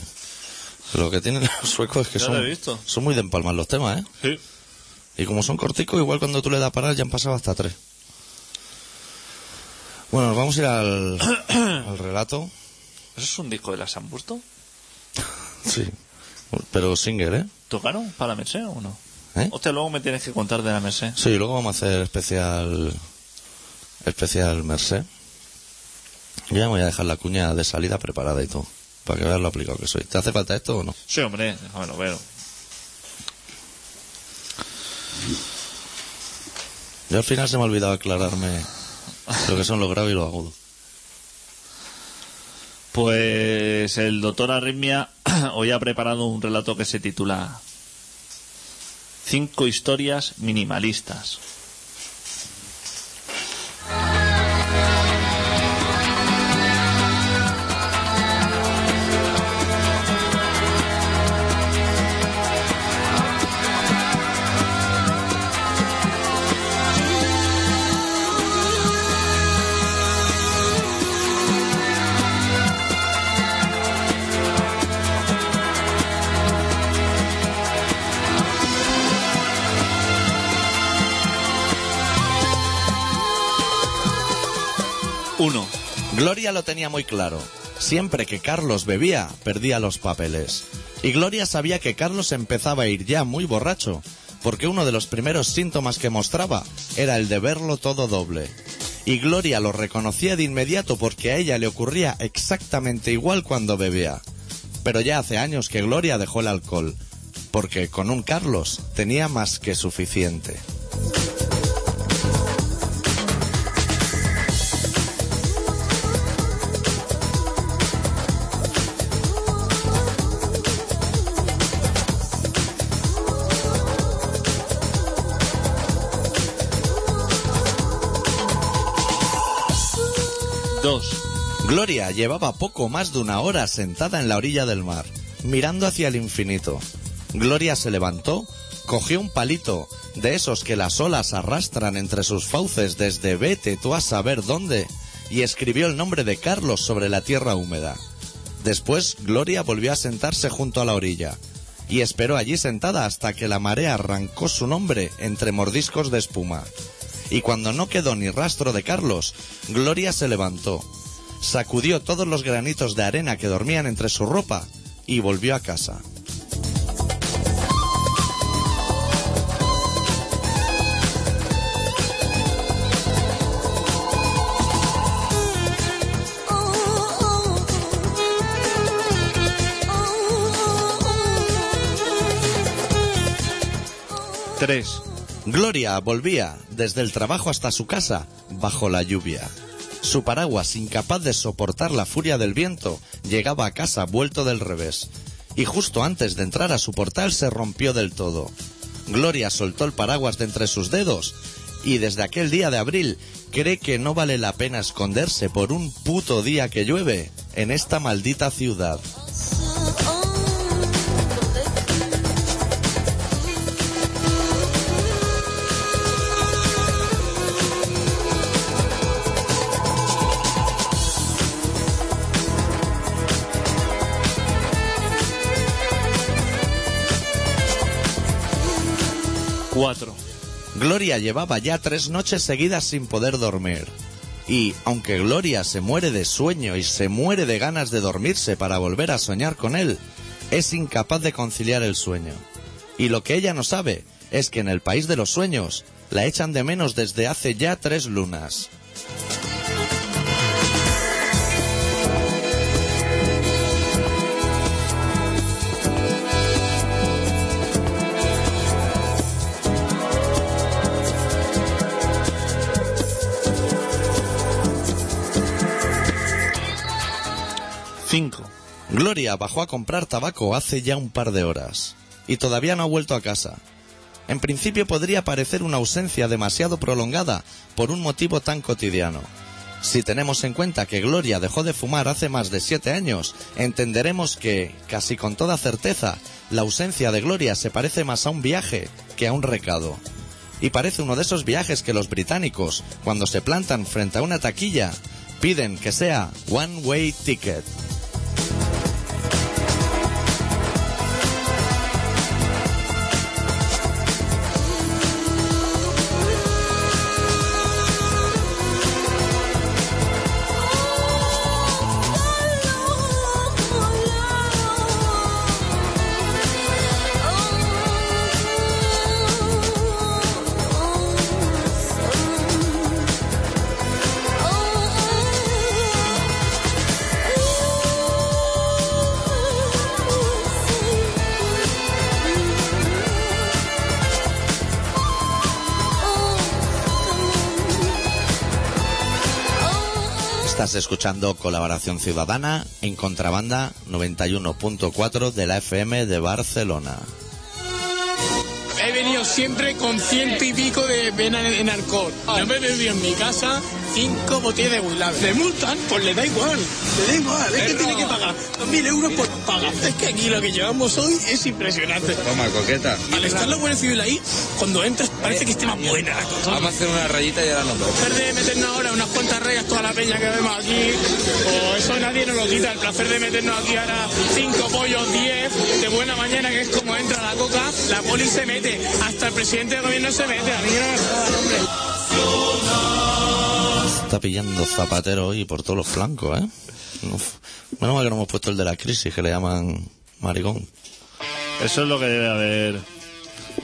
S1: lo que tienen *laughs* los suecos es que
S2: Ya
S1: son,
S2: lo he visto.
S1: son muy de empalmar los temas, ¿eh?
S2: Sí.
S1: Y como son corticos, igual cuando tú le das a parar ya han pasado hasta tres. Bueno, nos vamos a ir al, al relato.
S2: ¿Eso es un disco de las Hamburto?
S1: Sí. Pero Singer, ¿eh?
S2: ¿Tocaron para la Merced o no?
S1: ¿Eh?
S2: Hostia, luego me tienes que contar de la Merced.
S1: Sí, luego vamos a hacer especial. Especial Merced. Yo ya me voy a dejar la cuña de salida preparada y todo. Para que veas lo aplicado que soy. ¿Te hace falta esto o no?
S2: Sí, hombre, déjamelo ver.
S1: Yo al final se me ha olvidado aclararme lo que son los graves y los agudos.
S2: Pues el doctor Arritmia *clears throat* hoy ha preparado un relato que se titula Cinco historias minimalistas. Uno.
S1: Gloria lo tenía muy claro. Siempre que Carlos bebía, perdía los papeles. Y Gloria sabía que Carlos empezaba a ir ya muy borracho, porque uno de los primeros síntomas que mostraba era el de verlo todo doble. Y Gloria lo reconocía de inmediato porque a ella le ocurría exactamente igual cuando bebía. Pero ya hace años que Gloria dejó el alcohol, porque con un Carlos tenía más que suficiente.
S2: Dos.
S1: Gloria llevaba poco más de una hora sentada en la orilla del mar, mirando hacia el infinito. Gloria se levantó, cogió un palito, de esos que las olas arrastran entre sus fauces desde vete tú a saber dónde, y escribió el nombre de Carlos sobre la tierra húmeda. Después, Gloria volvió a sentarse junto a la orilla y esperó allí sentada hasta que la marea arrancó su nombre entre mordiscos de espuma. Y cuando no quedó ni rastro de Carlos, Gloria se levantó, sacudió todos los granitos de arena que dormían entre su ropa y volvió a casa.
S2: Tres.
S1: Gloria volvía desde el trabajo hasta su casa bajo la lluvia. Su paraguas, incapaz de soportar la furia del viento, llegaba a casa vuelto del revés. Y justo antes de entrar a su portal se rompió del todo. Gloria soltó el paraguas de entre sus dedos y desde aquel día de abril cree que no vale la pena esconderse por un puto día que llueve en esta maldita ciudad.
S2: Cuatro.
S1: Gloria llevaba ya tres noches seguidas sin poder dormir. Y, aunque Gloria se muere de sueño y se muere de ganas de dormirse para volver a soñar con él, es incapaz de conciliar el sueño. Y lo que ella no sabe es que en el país de los sueños la echan de menos desde hace ya tres lunas.
S2: Cinco.
S1: Gloria bajó a comprar tabaco hace ya un par de horas y todavía no ha vuelto a casa. En principio podría parecer una ausencia demasiado prolongada por un motivo tan cotidiano. Si tenemos en cuenta que Gloria dejó de fumar hace más de siete años, entenderemos que, casi con toda certeza, la ausencia de Gloria se parece más a un viaje que a un recado. Y parece uno de esos viajes que los británicos, cuando se plantan frente a una taquilla, piden que sea one way ticket. Estás escuchando Colaboración Ciudadana en Contrabanda 91.4 de la FM de Barcelona.
S4: He venido siempre con ciento y pico de vena en, en alcohol. Yo me he bebido en mi casa cinco botellas Ah. de Willabe. ¿Le multan? Pues le da igual. Le da igual. Es que tiene que pagar dos mil euros por pagar. Es que aquí lo que llevamos hoy es impresionante.
S5: Toma, coqueta.
S4: Al estar la Guardia Civil ahí, cuando entras parece que esté más buena la cosa.
S5: Vamos a hacer una rayita y ahora nos vamos.
S4: placer de meternos ahora unas cuantas rayas toda la peña que vemos aquí, o eso nadie nos lo quita, el placer de meternos aquí ahora cinco pollos, diez, de buena mañana que es como entra la coca, la poli se mete, hasta el presidente del gobierno se mete, a mí no me jodan, hombre.
S1: Está pillando zapatero hoy por todos los flancos, ¿eh? Uf. Menos mal que no hemos puesto el de la crisis, que le llaman maricón.
S2: Eso es lo que debe haber.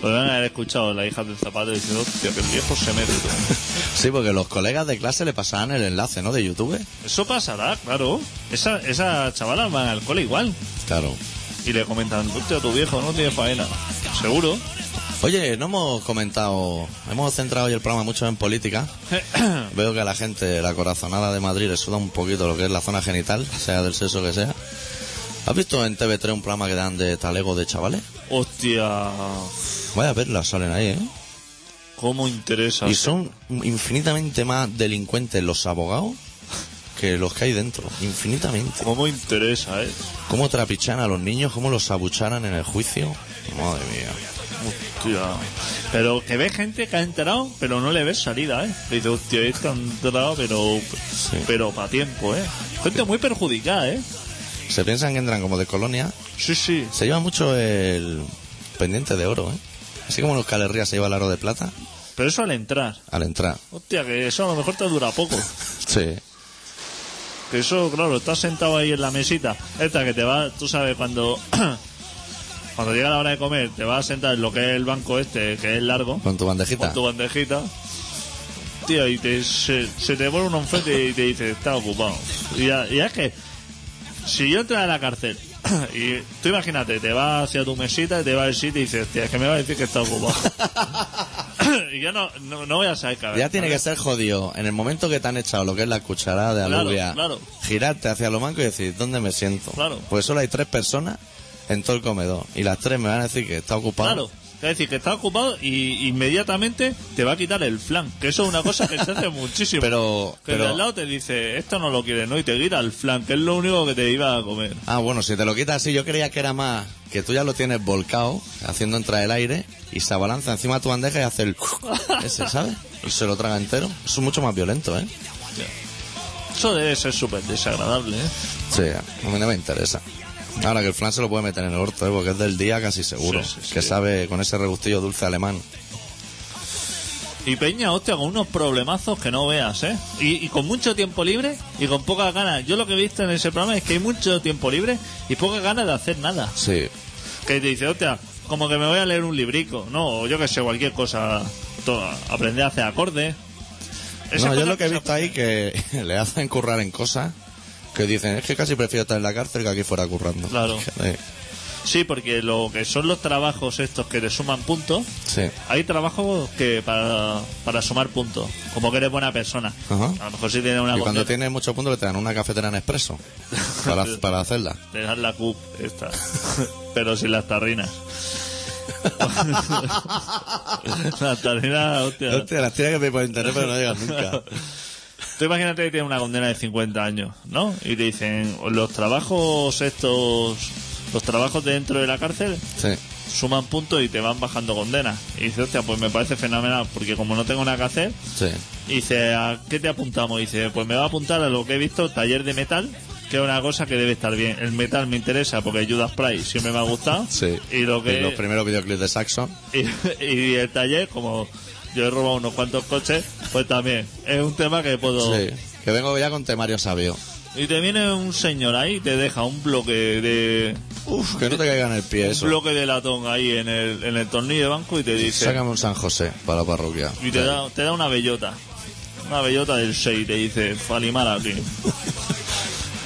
S2: Lo deben haber escuchado las hijas del zapato diciendo, hostia, que el viejo se mete.
S1: Sí, porque los colegas de clase le pasaban el enlace, ¿no? De YouTube.
S2: Eso pasará, claro. Esa, esa chavala va al cole igual.
S1: Claro.
S2: Y le comentan, hostia, tu viejo no tiene faena. Seguro.
S1: Oye, no hemos comentado, hemos centrado hoy el programa mucho en política. Veo que a la gente, la corazonada de Madrid, le suda un poquito lo que es la zona genital, sea del sexo que sea. ¿Has visto en TV3 un programa que dan de talego de chavales?
S2: Hostia,
S1: Vaya a verlas, salen ahí, ¿eh?
S2: cómo interesa.
S1: Y son infinitamente más delincuentes los abogados que los que hay dentro, infinitamente.
S2: Cómo interesa, eh.
S1: Cómo trapichan a los niños, cómo los abucharan en el juicio. Madre mía.
S2: Hostia. Pero que ves gente que ha entrado, pero no le ves salida, ¿eh? Le dice, hostia, este ha entrado, pero, pero para tiempo, ¿eh? Gente muy perjudicada, ¿eh?
S1: Se piensan que entran como de colonia.
S2: Sí, sí.
S1: Se lleva mucho el pendiente de oro, ¿eh? Así como en Euskal Herria se lleva el aro de plata
S2: Pero eso al entrar.
S1: al entrar.
S2: Hostia, que eso a lo mejor te dura poco.
S1: Sí.
S2: Que eso, claro, estás sentado ahí en la mesita. Esta que te va, tú sabes, cuando. *clears throat* cuando llega la hora de comer, te vas a sentar en lo que es el banco este, que es largo.
S1: Con tu bandejita.
S2: Con tu bandejita. Tío, y te, se, se te pone un onfete y te dice, está ocupado. Y, ya- y es que, si yo entrara a la cárcel, *clears throat* y tú imagínate, te vas hacia tu mesita y te vas al sitio y dices, hostia, es que me va a decir que
S1: *laughs*
S2: está ocupado. *clears throat* y yo no, no, no voy a saber cabeza.
S1: Ya tiene que ser jodido. En el momento que te han echado lo que es la cucharada de
S2: Claro,
S1: alubia,
S2: claro.
S1: girarte hacia lo manco y decir, ¿dónde me siento?
S2: Claro.
S1: Pues solo hay tres personas en todo el comedor. Y las tres me van a decir que está ocupado.
S2: Claro. Es decir, que está ocupado y inmediatamente te va a quitar el flan. Que eso es una cosa que
S1: *laughs*
S2: se hace muchísimo.
S1: Pero-
S2: Que el
S1: pero-
S2: de al lado te dice, esto no lo quieres, ¿no? Y te quita el flan, que es lo único que te iba a comer.
S1: Ah, bueno, si te lo quitas así, yo creía que era más que tú ya lo tienes volcado, haciendo entrar el aire, y se abalanza encima de tu bandeja y hace el... *laughs* ese, ¿sabes? Y se lo traga entero. Eso es mucho más violento, ¿eh?
S2: Eso debe ser súper desagradable, ¿eh?
S1: Sí, a mí no me interesa. Ahora que el flan se lo puede meter en el orto, ¿eh? porque es del día casi seguro.
S2: Sí, sí,
S1: que
S2: sí.
S1: sabe con ese regustillo dulce alemán.
S2: Y Peña, hostia, con unos problemazos que no veas, ¿eh? Y, y con mucho tiempo libre y con pocas ganas. Yo lo que he visto en ese programa es que hay mucho tiempo libre y pocas ganas de hacer nada.
S1: Sí.
S2: que te dice, hostia, como que me voy a leer un librico, no, o yo que sé, cualquier cosa, to- aprender a hacer acordes.
S1: no,
S2: Esas
S1: yo
S2: cosas
S1: lo que he
S2: se
S1: visto ahí que *laughs* le hacen currar en cosas que dicen, es que casi prefiero estar en la cárcel que aquí fuera currando.
S2: Claro.
S1: *laughs* Sí.
S2: Sí, porque lo que son los trabajos estos que te suman puntos,
S1: Sí.
S2: hay trabajos que para, para sumar puntos, como que eres buena persona.
S1: Ajá.
S2: A lo mejor si tienes una
S1: Y cuando
S2: condena,
S1: tienes mucho punto le te dan una cafetera en expreso
S2: *laughs*
S1: para, para hacerla.
S2: te dan la CUP esta, *laughs* pero sin
S1: *laughs*
S2: las tarrinas. *laughs* las tarrinas, hostia.
S1: Hostia, las tienes que pedir por internet, pero no llegas
S2: *laughs*
S1: nunca.
S2: Tú imagínate que tienes una condena de 50 años, ¿no? Y te dicen, los trabajos estos, los trabajos de dentro de la cárcel
S1: Sí.
S2: suman puntos y te van bajando condenas. Y dices, hostia, pues me parece fenomenal, porque como no tengo nada que hacer,
S1: Sí.
S2: y dice, ¿a qué te apuntamos? Y dice, pues me va a apuntar a lo que he visto, taller de metal, que es una cosa que debe estar bien. El metal me interesa porque Judas Price siempre me ha gustado.
S1: Sí.
S2: Y lo que...
S1: los primeros videoclips de Saxon.
S2: *laughs* Y, y el taller, como yo he robado unos cuantos coches, pues también es un tema que puedo...
S1: Sí. Que vengo ya con temario sabio.
S2: Y te viene un señor ahí y te deja un bloque de.
S1: Uf, que no te caiga en el pie eso.
S2: Un bloque de latón ahí en el, en el tornillo de banco y te dice.
S1: Sácame un San José para la parroquia.
S2: Y te da, te da una bellota. Una bellota del 6 y te dice, falimar aquí.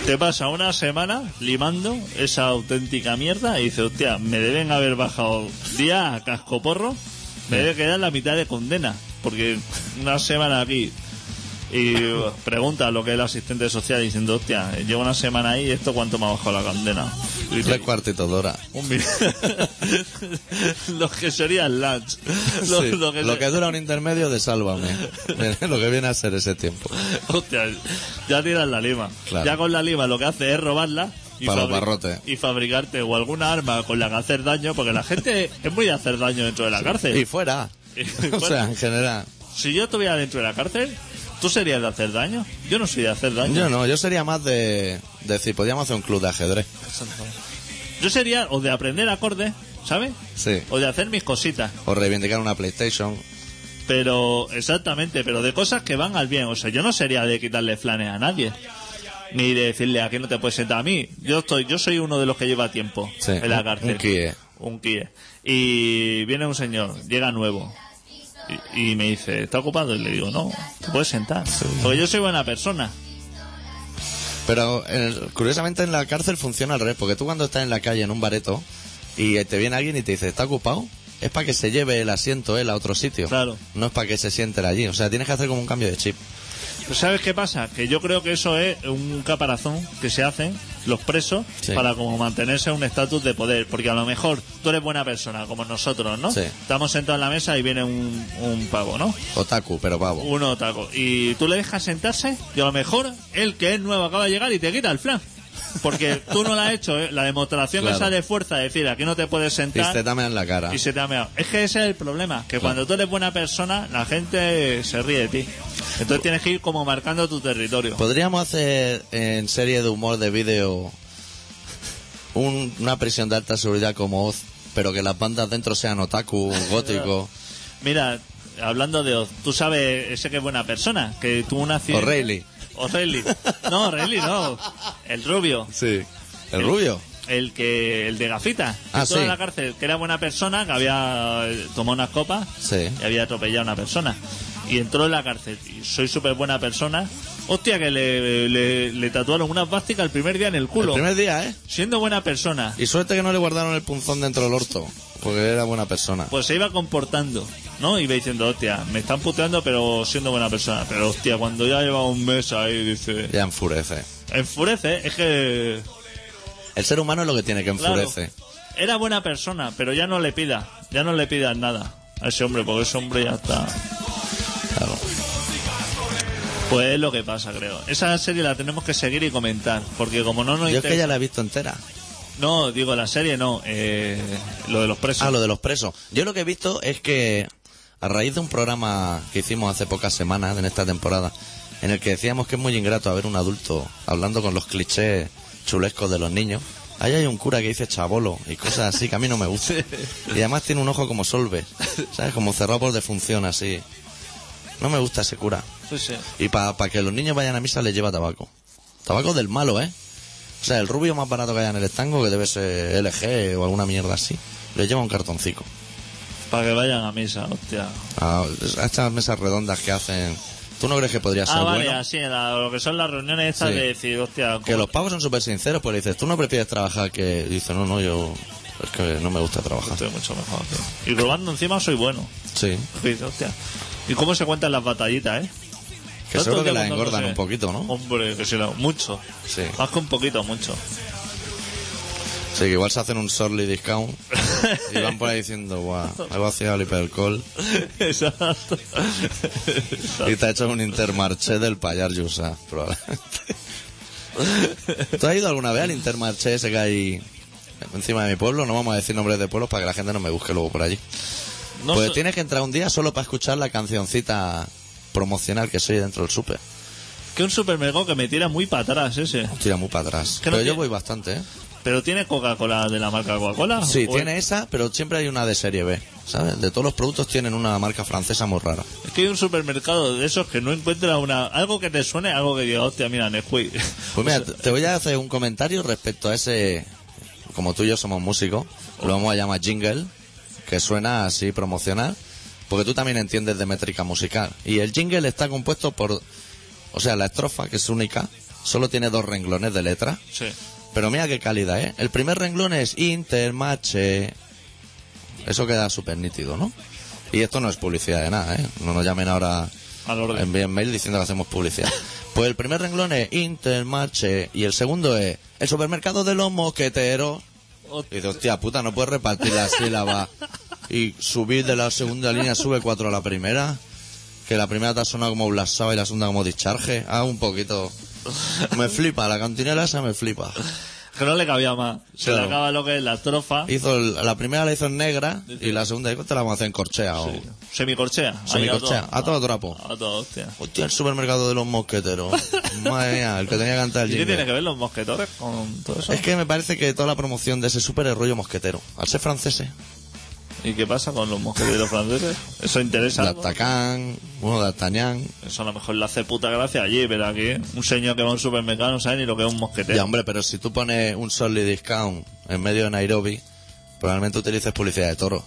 S2: te pasa una semana limando esa auténtica mierda y dice, hostia, me deben haber bajado día a cascoporro, me debe quedar la mitad de condena, porque una semana aquí. Y pregunta lo que es el asistente social diciendo, hostia, llevo una semana ahí, ¿esto cuánto me ha bajado la condena? Y te-
S1: Tres cuartitos de hora.
S2: un mil- lo que sería el lunch. *laughs* Lo,
S1: Sí,
S2: lo que se-
S1: dura un intermedio de
S2: *laughs*
S1: sálvame. *laughs* lo que viene a ser ese tiempo.
S2: Hostia, ya tiras la lima.
S1: Claro.
S2: Ya con la lima lo que hace es robarla y,
S1: Para los barrotes.
S2: y fabricarte o alguna arma con la que hacer daño, porque
S1: *laughs*
S2: la gente es muy de hacer daño dentro de la cárcel.
S1: Y fuera.
S2: *laughs* Y
S1: *laughs* o sea, en general.
S2: Si yo estuviera dentro de la cárcel, ¿tú serías de hacer daño? Yo no soy de hacer daño.
S1: Yo no, yo sería más de, de decir, podríamos hacer un club de ajedrez.
S2: Yo sería o de aprender acordes, ¿sabes?
S1: Sí.
S2: O de hacer mis cositas.
S1: O reivindicar una PlayStation.
S2: Pero, exactamente, pero de cosas que van al bien. O sea, yo no sería de quitarle flanes a nadie. Ni de decirle aquí no te puedes sentar a mí. Yo estoy, yo soy uno de los que lleva tiempo
S1: Sí,
S2: en la
S1: un-
S2: cárcel.
S1: un kie.
S2: Un kie. Y viene un señor, llega nuevo. Y, y me dice, ¿está ocupado? Y le digo, no, te puedes sentar. Porque yo soy buena persona.
S1: Pero eh, curiosamente en la cárcel funciona al revés, porque tú cuando estás en la calle en un bareto y te viene alguien y te dice, ¿está ocupado? Es para que se lleve el asiento él a otro sitio.
S2: Claro.
S1: No es para que se siente él allí. O sea, tienes que hacer como un cambio de chip.
S2: Pero ¿Sabes qué pasa? Que yo creo que eso es un caparazón que se hacen los presos
S1: Sí.
S2: para como mantenerse un estatus de poder. Porque a lo mejor tú eres buena persona, como nosotros, ¿no?
S1: Sí.
S2: Estamos sentados en la mesa y viene un, un pavo, ¿no?
S1: Otaku, pero pavo.
S2: Un otaco. Y tú le dejas sentarse y a lo mejor él que es nuevo acaba de llegar y te quita el flan. Porque tú no la has hecho, ¿eh? la demostración
S1: Claro. "Ah".
S2: que sale de fuerza de decir aquí no te puedes sentar
S1: Triste también en la cara.
S2: y se te ha meado. Es que ese es el problema, que cuando tú eres buena persona, la gente se ríe de ti. Entonces tienes que ir como marcando tu territorio.
S1: Podríamos hacer en serie de humor de vídeo un- una prisión de alta seguridad como Oz, pero que las bandas dentro sean otaku, gótico.
S2: Mira, hablando de Oz, tú sabes ese que es buena persona, que tuvo un accidente.
S1: O'Reilly.
S2: O'Reilly. No, O'Reilly no. El rubio.
S1: Sí. El rubio.
S2: El que el de gafita.
S1: Ah,
S2: que estuvo
S1: sí.
S2: en la cárcel, que era buena persona, que había eh, tomado unas copas
S1: Sí.
S2: y había atropellado a una persona. Y entró en la cárcel. Y soy súper buena persona. Hostia, que le, le- le tatuaron una básicas el primer día en el
S1: El
S2: culo.
S1: primer día, ¿eh?
S2: Siendo buena persona.
S1: Y suerte que no le guardaron el punzón dentro del orto, porque era buena persona.
S2: Pues se iba comportando, ¿no? Iba diciendo, hostia, me están puteando, pero siendo buena persona. Pero hostia, cuando ya lleva un mes ahí, dice.
S1: Ya enfurece.
S2: Enfurece, es que.
S1: El ser humano es lo que tiene que
S2: claro,
S1: enfurece.
S2: era buena persona, pero ya no le pida, ya no le pidas nada a ese hombre, porque ese hombre ya está.
S1: Claro.
S2: Pues es lo que pasa, creo. Esa serie la tenemos que seguir y comentar, porque como no nos
S1: Yo es que
S2: interesa-
S1: ya la he visto entera.
S2: No, digo, la serie no, eh, lo de los presos.
S1: Ah, lo de los presos. Yo lo que he visto es que a raíz de un programa que hicimos hace pocas semanas en esta temporada, en el que decíamos que es muy ingrato haber un adulto hablando con los clichés chulescos de los niños, ahí hay un cura que dice chabolo y cosas así que a mí no me gustan. Y además tiene un ojo como solve, ¿sabes? Como cerrado por defunción así. No me gusta ese cura.
S2: Sí, sí.
S1: Y para que los niños vayan a misa les lleva tabaco. Tabaco del malo, ¿eh? O sea, el rubio más barato que haya en el estanco, que debe ser LG o alguna mierda así, les lleva un cartoncico.
S2: Para que vayan a misa, hostia.
S1: A, a estas mesas redondas que hacen... ¿Tú no crees que podría ser
S2: Ah, vale,
S1: bueno?
S2: así, la- lo que son las reuniones estas
S1: Sí.
S2: de decir, hostia,
S1: Que los pavos son súper sinceros, pues le dices, ¿tú no prefieres trabajar que...? Y dice, no, no, yo... Es que no me gusta trabajar.
S2: estoy mucho mejor. tío. Y robando encima soy bueno.
S1: Sí.
S2: Y dice, hostia. ¿Y cómo se cuentan las batallitas, eh?
S1: Que
S2: Tanto
S1: seguro que
S2: tiempo
S1: las engordan
S2: contándose.
S1: un poquito, ¿no?
S2: Hombre, que sí, la- mucho.
S1: Sí.
S2: Más que un
S1: *laughs*
S2: poquito, mucho.
S1: Sí, que igual se hacen un sorly discount y van por ahí diciendo,
S2: *laughs*
S1: guau, me he vaciado el hipercol
S2: Exacto.
S1: Y te ha hecho un intermarché del payar Yusa, probablemente. ¿Tú has ido alguna vez al intermarché ese que hay encima de mi pueblo? No vamos a decir nombres de pueblos para que la gente no me busque luego por allí.
S2: No
S1: pues
S2: so-
S1: tienes que entrar un día solo para escuchar la cancioncita promocional que soy dentro del súper.
S2: Que un supermercado que me tira muy para atrás ese.
S1: Tira muy para atrás.
S2: Que no
S1: Pero yo
S2: tiene-
S1: voy bastante, ¿eh?
S2: Pero tiene Coca-Cola de la marca Coca-Cola. Pues
S1: Sí,
S2: ¿O-
S1: tiene esa, pero siempre hay una de serie B, ¿sabes? De todos los productos tienen una marca francesa muy rara.
S2: Es que hay un supermercado de esos que no encuentra una algo que te suene, algo que diga, hostia, mira, Nesquik. *laughs*
S1: Pues mira, te te voy a hacer un comentario respecto a ese. Como tú y yo somos músicos, lo vamos a llamar jingle, que suena así promocional, porque tú también entiendes de métrica musical. Y el jingle está compuesto por. O sea, la estrofa, que es única, solo tiene dos renglones de letra,
S2: Sí.
S1: pero mira qué calidad, ¿eh? El primer renglón es Intermache. Eso queda súper nítido, ¿no? Y esto no es publicidad de nada, ¿eh? No nos llamen ahora
S2: Al orden.
S1: envíen mail diciendo que hacemos *laughs* publicidad. Pues el primer renglón es Intermarche y el segundo es el supermercado de los mosqueteros. Y dice, hostia puta, no puedes repartir la sílaba y subir de la segunda línea, sube cuatro a la primera. Que la primera te ha sonado como blasaba y la segunda como discharge. Ah, un poquito. Me flipa, la cantinela esa me flipa.
S2: Que no le cabía más. Se
S1: Claro.
S2: le acaba lo que es la estrofa.
S1: Hizo el- la primera la hizo en negra y la segunda dijo, te la vamos a hacer en corchea o
S2: Semicorchea. Ahí
S1: semicorchea. A todo trapo.
S2: A todo, Ah, hostia.
S1: Hostia, el supermercado de los
S2: *laughs*
S1: mosqueteros. Madre mía, el que tenía que cantar el
S2: ¿Y qué
S1: jingle.
S2: tiene que ver los mosquetones con todo eso?
S1: Es que me parece que toda la promoción de ese súper es rollo mosquetero. Al ser franceses,
S2: ¿Y qué pasa con los mosqueteros franceses? ¿Eso interesa? algo?
S1: D'Artagnan, uno D'Artagnan.
S2: Eso a lo mejor le hace puta gracia allí, pero aquí un señor que va a un supermercado no sabe ni lo que es un mosquetero.
S1: Ya,
S2: *laughs*
S1: hombre, pero si tú pones un solid discount en medio de Nairobi, probablemente utilices publicidad de toro.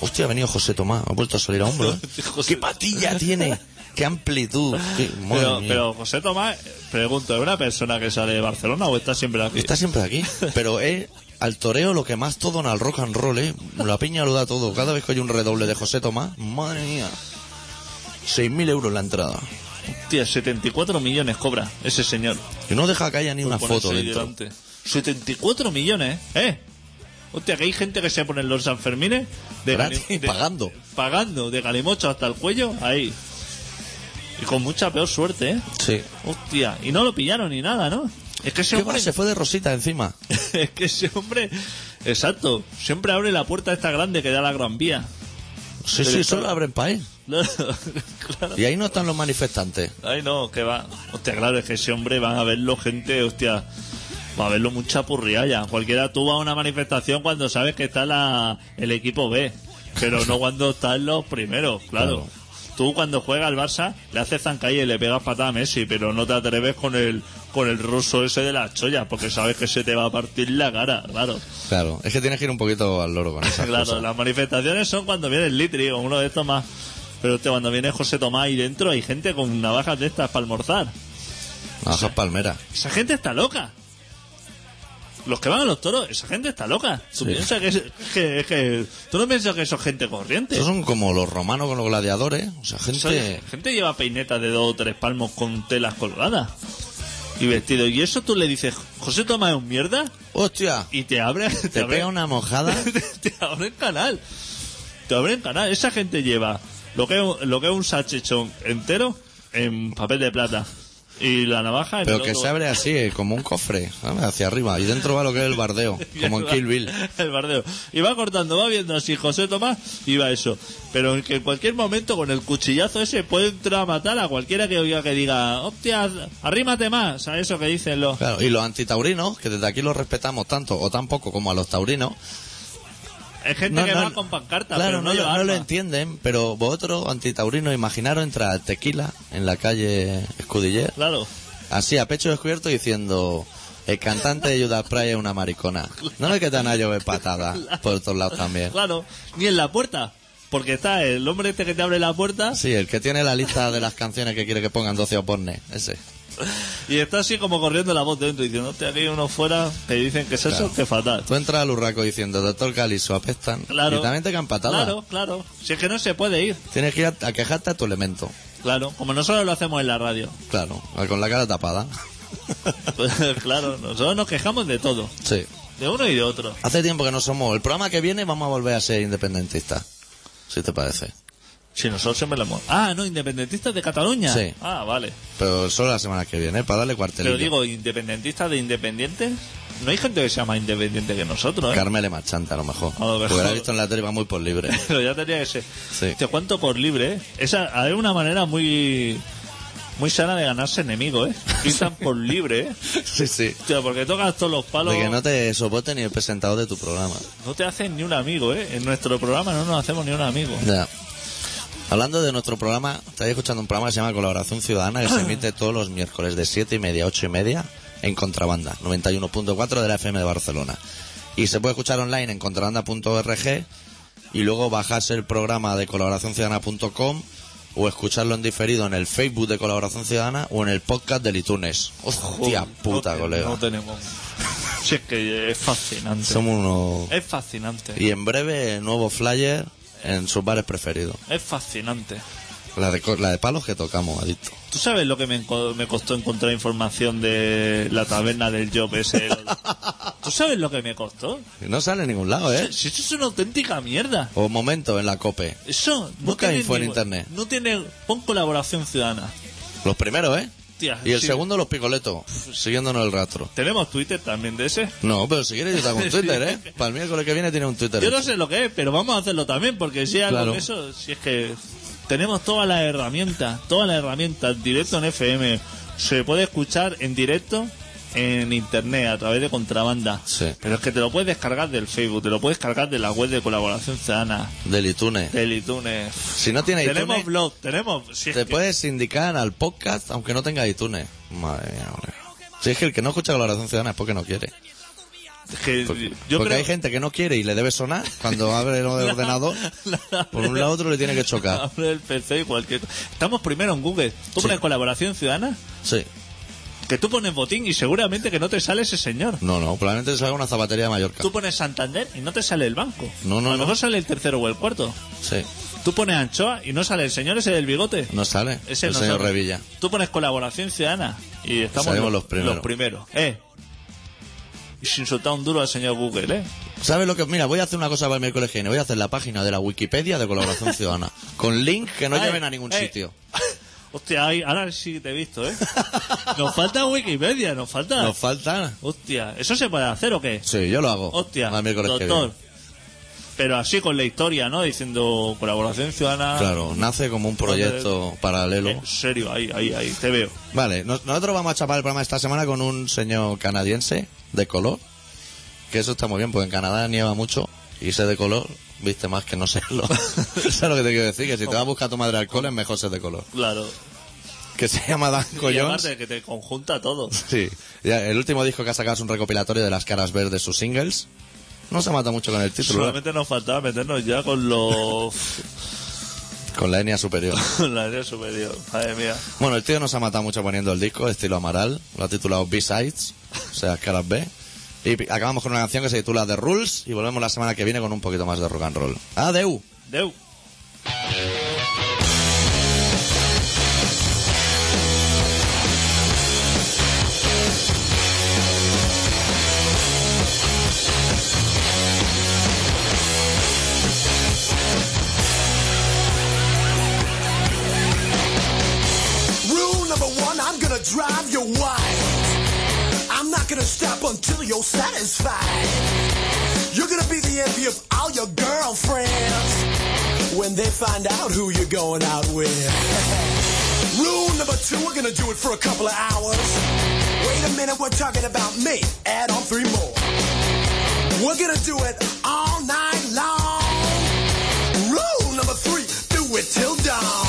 S1: Hostia, ha venido José Tomás, ha vuelto a salir a
S2: *laughs*
S1: hombro. ¿eh?
S2: José-
S1: ¡Qué patilla tiene! ¡Qué amplitud! Qué- madre
S2: pero,
S1: mía.
S2: pero José Tomás, eh, pregunto, ¿es una persona que sale de Barcelona o está siempre aquí?
S1: Está siempre aquí. Pero es al toreo lo que más todo en el rock and roll, ¿eh? La piña lo da todo. Cada vez que hay un redoble de José Tomás, madre mía. 6.000 euros la entrada.
S2: Hostia, 74 millones cobra ese señor.
S1: Que no deja que haya ni una
S2: Ponerse
S1: foto
S2: ahí
S1: dentro.
S2: delante. 74 millones, ¿eh? Hostia, que hay gente que se pone en los Sanfermines de
S1: Gratis,
S2: galim- de-
S1: pagando.
S2: Pagando, de calimocho hasta el cuello, ahí. Y con mucha peor suerte, ¿eh?
S1: Sí.
S2: Hostia, y no lo pillaron ni nada, ¿no? Es que ese
S1: ¿Qué va?
S2: hombre...
S1: Se fue de Rosita encima.
S2: *laughs* es que ese hombre... Exacto, siempre abre la puerta esta grande que da la Gran Vía. *laughs*
S1: Sí,
S2: Pero
S1: sí,
S2: está-
S1: solo abren país.
S2: Claro, claro.
S1: Y ahí no están los manifestantes.
S2: Ay, no, que va. Hostia, claro, es que ese hombre van a verlo gente, hostia. Va a verlo mucha purrialla. Cualquiera tú vas a una manifestación cuando sabes que está la, el equipo B, pero no cuando están los primeros, claro.
S1: Claro.
S2: Tú cuando juega al Barça le haces zancay y le pegas patada a Messi, pero no te atreves con el con el ruso ese de las chollas, porque sabes que se te va a partir la cara, claro.
S1: Claro, es que tienes que ir un poquito al loro con esas
S2: *laughs* Claro,
S1: cosas.
S2: las manifestaciones son cuando viene el Litri o uno de estos más. Pero este, cuando viene José Tomás y dentro hay gente con navajas de estas para almorzar.
S1: Navajas palmera.
S2: Esa gente está loca. Los que van a los toros, esa gente está loca. Tú
S1: Sí.
S2: piensas que, es, que, es que- Tú no piensas que eso es gente corriente.
S1: Esos son como los romanos con los gladiadores. O sea,
S2: Eso es-
S1: gente...
S2: gente lleva peinetas de dos o tres palmos con telas colgadas y vestido. Y eso tú le dices, José Tomás es un mierda
S1: ¡Hostia!
S2: y te abre. *laughs* Te,
S1: Te
S2: abre-
S1: pega una mojada.
S2: *laughs* te abren canal. Te abren canal. Esa gente lleva lo que es, un- lo que es un salchichón entero en papel de plata. Y la navaja en
S1: Pero
S2: el
S1: que
S2: otro-
S1: se abre así, eh, como un cofre, ¿sabes? hacia arriba. Y dentro va lo que es el
S2: *laughs*
S1: bardeo, como en Kill Bill.
S2: El bardeo. Y va cortando, va viendo así José Tomás y va eso. Pero en que en cualquier momento con el cuchillazo ese puede entrar a matar a cualquiera que oiga que diga, hostia, arrímate más a eso que dicen los...
S1: Claro, y los antitaurinos, que desde aquí los respetamos tanto o tan poco como a los taurinos.
S2: Hay gente que va con pancarta,
S1: claro,
S2: pero no,
S1: no,
S2: lleva
S1: no lo
S2: arma.
S1: entienden, pero vosotros, antitaurinos, imaginaros entrar al tequila en la calle Escudiller,
S2: Claro.
S1: así a pecho descubierto diciendo: El cantante de Judas Priest es una maricona. No le quedan a llover patadas por todos lados también.
S2: Claro. Ni en la puerta. Porque está el hombre este que te abre la puerta
S1: Sí, el que tiene la lista de las canciones que quiere que pongan 12 opornes, ese.
S2: y está así como corriendo la voz dentro diciendo, hostia, aquí hay uno fuera que dicen que es eso,
S1: Claro.
S2: que fatal.
S1: Tú entras al urraco diciendo, doctor Calizo, apestan.
S2: Claro.
S1: Y también te caen patadas.
S2: Claro, claro. Si es que no se puede ir.
S1: Tienes que ir a, a quejarte a tu elemento.
S2: Claro. Como nosotros lo hacemos en la radio.
S1: Claro, con la cara tapada.
S2: Pues, *laughs* claro, nosotros nos quejamos de todo,
S1: Sí.
S2: de uno y de otro.
S1: Hace tiempo que no somos. El programa que viene vamos a volver a ser independentistas. Si te parece.
S2: Si nosotros siempre lo hemos... Ah, no, independentistas de Cataluña.
S1: Sí.
S2: Ah, vale.
S1: Pero solo la semana que viene, ¿eh? para darle cuartelillo.
S2: Pero digo, independentistas de independientes, no hay gente que sea más independiente que nosotros, ¿eh?
S1: Carmele Machante, a lo mejor.
S2: A lo mejor.
S1: Porque la he visto en la tele y va muy por libre.
S2: *laughs* Pero ya tenía que ser.
S1: Sí.
S2: Te cuento por libre, ¿eh? Esa es una manera muy... Muy sana de
S1: *laughs*
S2: ganarse enemigos, ¿eh? Quitan por libre, ¿eh?
S1: sí, sí.
S2: Hostia, porque tocas todos los palos.
S1: De que no te soporte ni el presentador de tu programa.
S2: no te hacen ni un amigo, ¿eh? En nuestro programa no nos hacemos ni un amigo.
S1: Ya. Hablando de nuestro programa, estáis escuchando un programa que se llama Colaboración Ciudadana
S2: *laughs*
S1: que se emite todos los miércoles de 7 y media a 8 y media en Contrabanda, 91.4 de la FM de Barcelona. Y se puede escuchar online en contrabanda.org y luego bajarse el programa de colaboracionciudadana.com o escucharlo en diferido en el Facebook de Colaboración Ciudadana o en el podcast del iTunes. Hostia
S2: Joder,
S1: puta,
S2: no, te-
S1: colega.
S2: No tenemos. *laughs* Si es que es fascinante.
S1: Somos unos...
S2: Es fascinante.
S1: Y en breve, nuevo flyer en sus bares preferidos.
S2: Es fascinante.
S1: La de, co- la de palos que tocamos, adicto.
S2: ¿Tú sabes lo que me, enco- me costó encontrar información de la taberna del
S1: *laughs*
S2: Job ese? ¿Tú sabes lo que me costó?
S1: No sale en ningún lado, ¿eh?
S2: Si eso es una auténtica mierda.
S1: O momento en la COPE.
S2: Eso. No
S1: Busca
S2: tiene
S1: info en
S2: ni-
S1: internet.
S2: No tiene. Pon colaboración ciudadana.
S1: Los primeros, ¿eh?
S2: Tía,
S1: Y el
S2: sí.
S1: segundo, los picoletos. Siguiéndonos el rastro.
S2: Tenemos Twitter también de ese.
S1: No, pero si quieres, yo te
S2: *laughs*
S1: hago un Twitter, ¿eh? Para el miércoles que viene tiene un Twitter.
S2: Yo no sé lo que es, pero vamos a hacerlo también, porque si hay algo
S1: Claro.
S2: que eso, si es que tenemos todas las herramientas, todas las herramientas, directo en FM, se puede escuchar en directo en internet a través de contrabanda.
S1: Sí.
S2: Pero es que te lo puedes descargar del Facebook, te lo puedes descargar de la web de colaboración ciudadana,
S1: Del iTunes.
S2: del iTunes.
S1: Si no tiene
S2: Tenemos
S1: iTunes,
S2: blog, tenemos. Si es
S1: te
S2: que-
S1: puedes indicar al podcast aunque no tenga iTunes. Madre mía, hombre. Si es que el que no escucha Colaboración Ciudadana es porque no quiere.
S2: es que
S1: Porque,
S2: yo
S1: porque
S2: creo-
S1: hay
S2: *laughs*
S1: gente que no quiere y le debe sonar cuando abre el ordenador. Por un lado otro le tiene que chocar.
S2: Abre el PC y cualquier. Estamos primero en Google. Tú pones colaboración ciudadana,
S1: Sí.
S2: que tú pones botín y seguramente que no te sale ese señor.
S1: No, no, probablemente salga una zapatería de Mallorca.
S2: Tú pones Santander y no te sale el banco.
S1: No, no,
S2: A lo
S1: no.
S2: mejor sale el tercero o el cuarto.
S1: Sí.
S2: Tú pones Anchoa y no sale el señor ese del bigote.
S1: No sale.
S2: Ese
S1: el
S2: no
S1: señor
S2: sale.
S1: Revilla.
S2: Tú pones colaboración ciudadana y estamos
S1: Salimos los primeros.
S2: primeros. Eh. Y sin soltar un duro al señor Google, eh.
S1: ¿Sabes lo que? Mira, voy a hacer una cosa para el miércoles que viene. Voy a hacer la página de la Wikipedia de
S2: *laughs*
S1: Colaboración Ciudadana. Con link que no
S2: Ay,
S1: lleven a ningún
S2: eh.
S1: sitio.
S2: *laughs* Hostia, ahí- ahora sí que te he
S1: *laughs*
S2: visto, eh. Nos falta Wikipedia, nos falta.
S1: Nos faltan.
S2: Hostia, ¿eso se puede hacer o qué?
S1: Sí, yo lo hago.
S2: Hostia,
S1: Al miércoles que
S2: doctor.
S1: viene.
S2: Pero así con la historia, ¿no? Diciendo colaboración ciudadana.
S1: Claro, nace como un proyecto paralelo.
S2: En serio, ahí, ahí, ahí, te veo.
S1: Vale, nos- nosotros vamos a chapar el programa esta semana con un señor canadiense de color, que eso está muy bien, porque en Canadá nieva mucho y ser de color viste más que no serlo. *laughs* ¿Sabes lo que te quiero decir? Que
S2: Oh.
S1: si te vas a buscar a tu madre alcohol es mejor ser de color.
S2: Claro.
S1: Que se llama Dan
S2: Y
S1: Jones.
S2: aparte que te conjunta todo.
S1: Sí, Ya, el último disco que ha sacado es un recopilatorio de las caras verdes, sus singles. No se mata mucho con el título, ¿eh?
S2: Solamente nos faltaba meternos ya con los. *laughs*
S1: con la etnia superior.
S2: con la área superior. Madre mía.
S1: Bueno, el tío no se ha matado mucho poniendo el disco, estilo Amaral. Lo ha titulado B-Sides, o sea, caras B. Y pi- acabamos con una canción que se titula The Rules y volvemos la semana que viene con un poquito más de rock and roll. ¡Adeu!
S2: Deu.
S4: Rule number one, I'm gonna drive you wild. I'm not gonna stop until you're satisfied. You're gonna be the envy of all your girlfriends when they find out who you're going out with. *laughs* Rule number two, we're gonna do it for a couple of hours. Wait a minute, we're talking about me. Add on three more. We're gonna do it all night long. Rule number three, do it till dawn.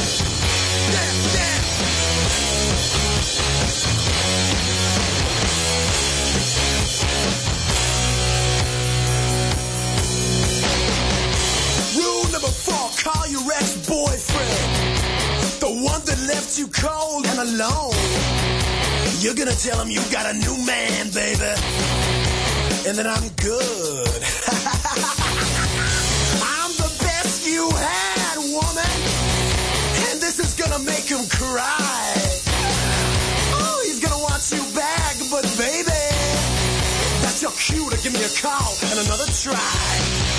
S4: Dance, dance. Rule number four, call your ex-boyfriend. The one that left you cold and alone. You're gonna tell him you got a new man, baby. And then I'm good. *laughs* I'm the best you had, woman. And this is gonna make him cry. Oh, he's gonna want you back, but baby, that's your cue to give me a call and another try.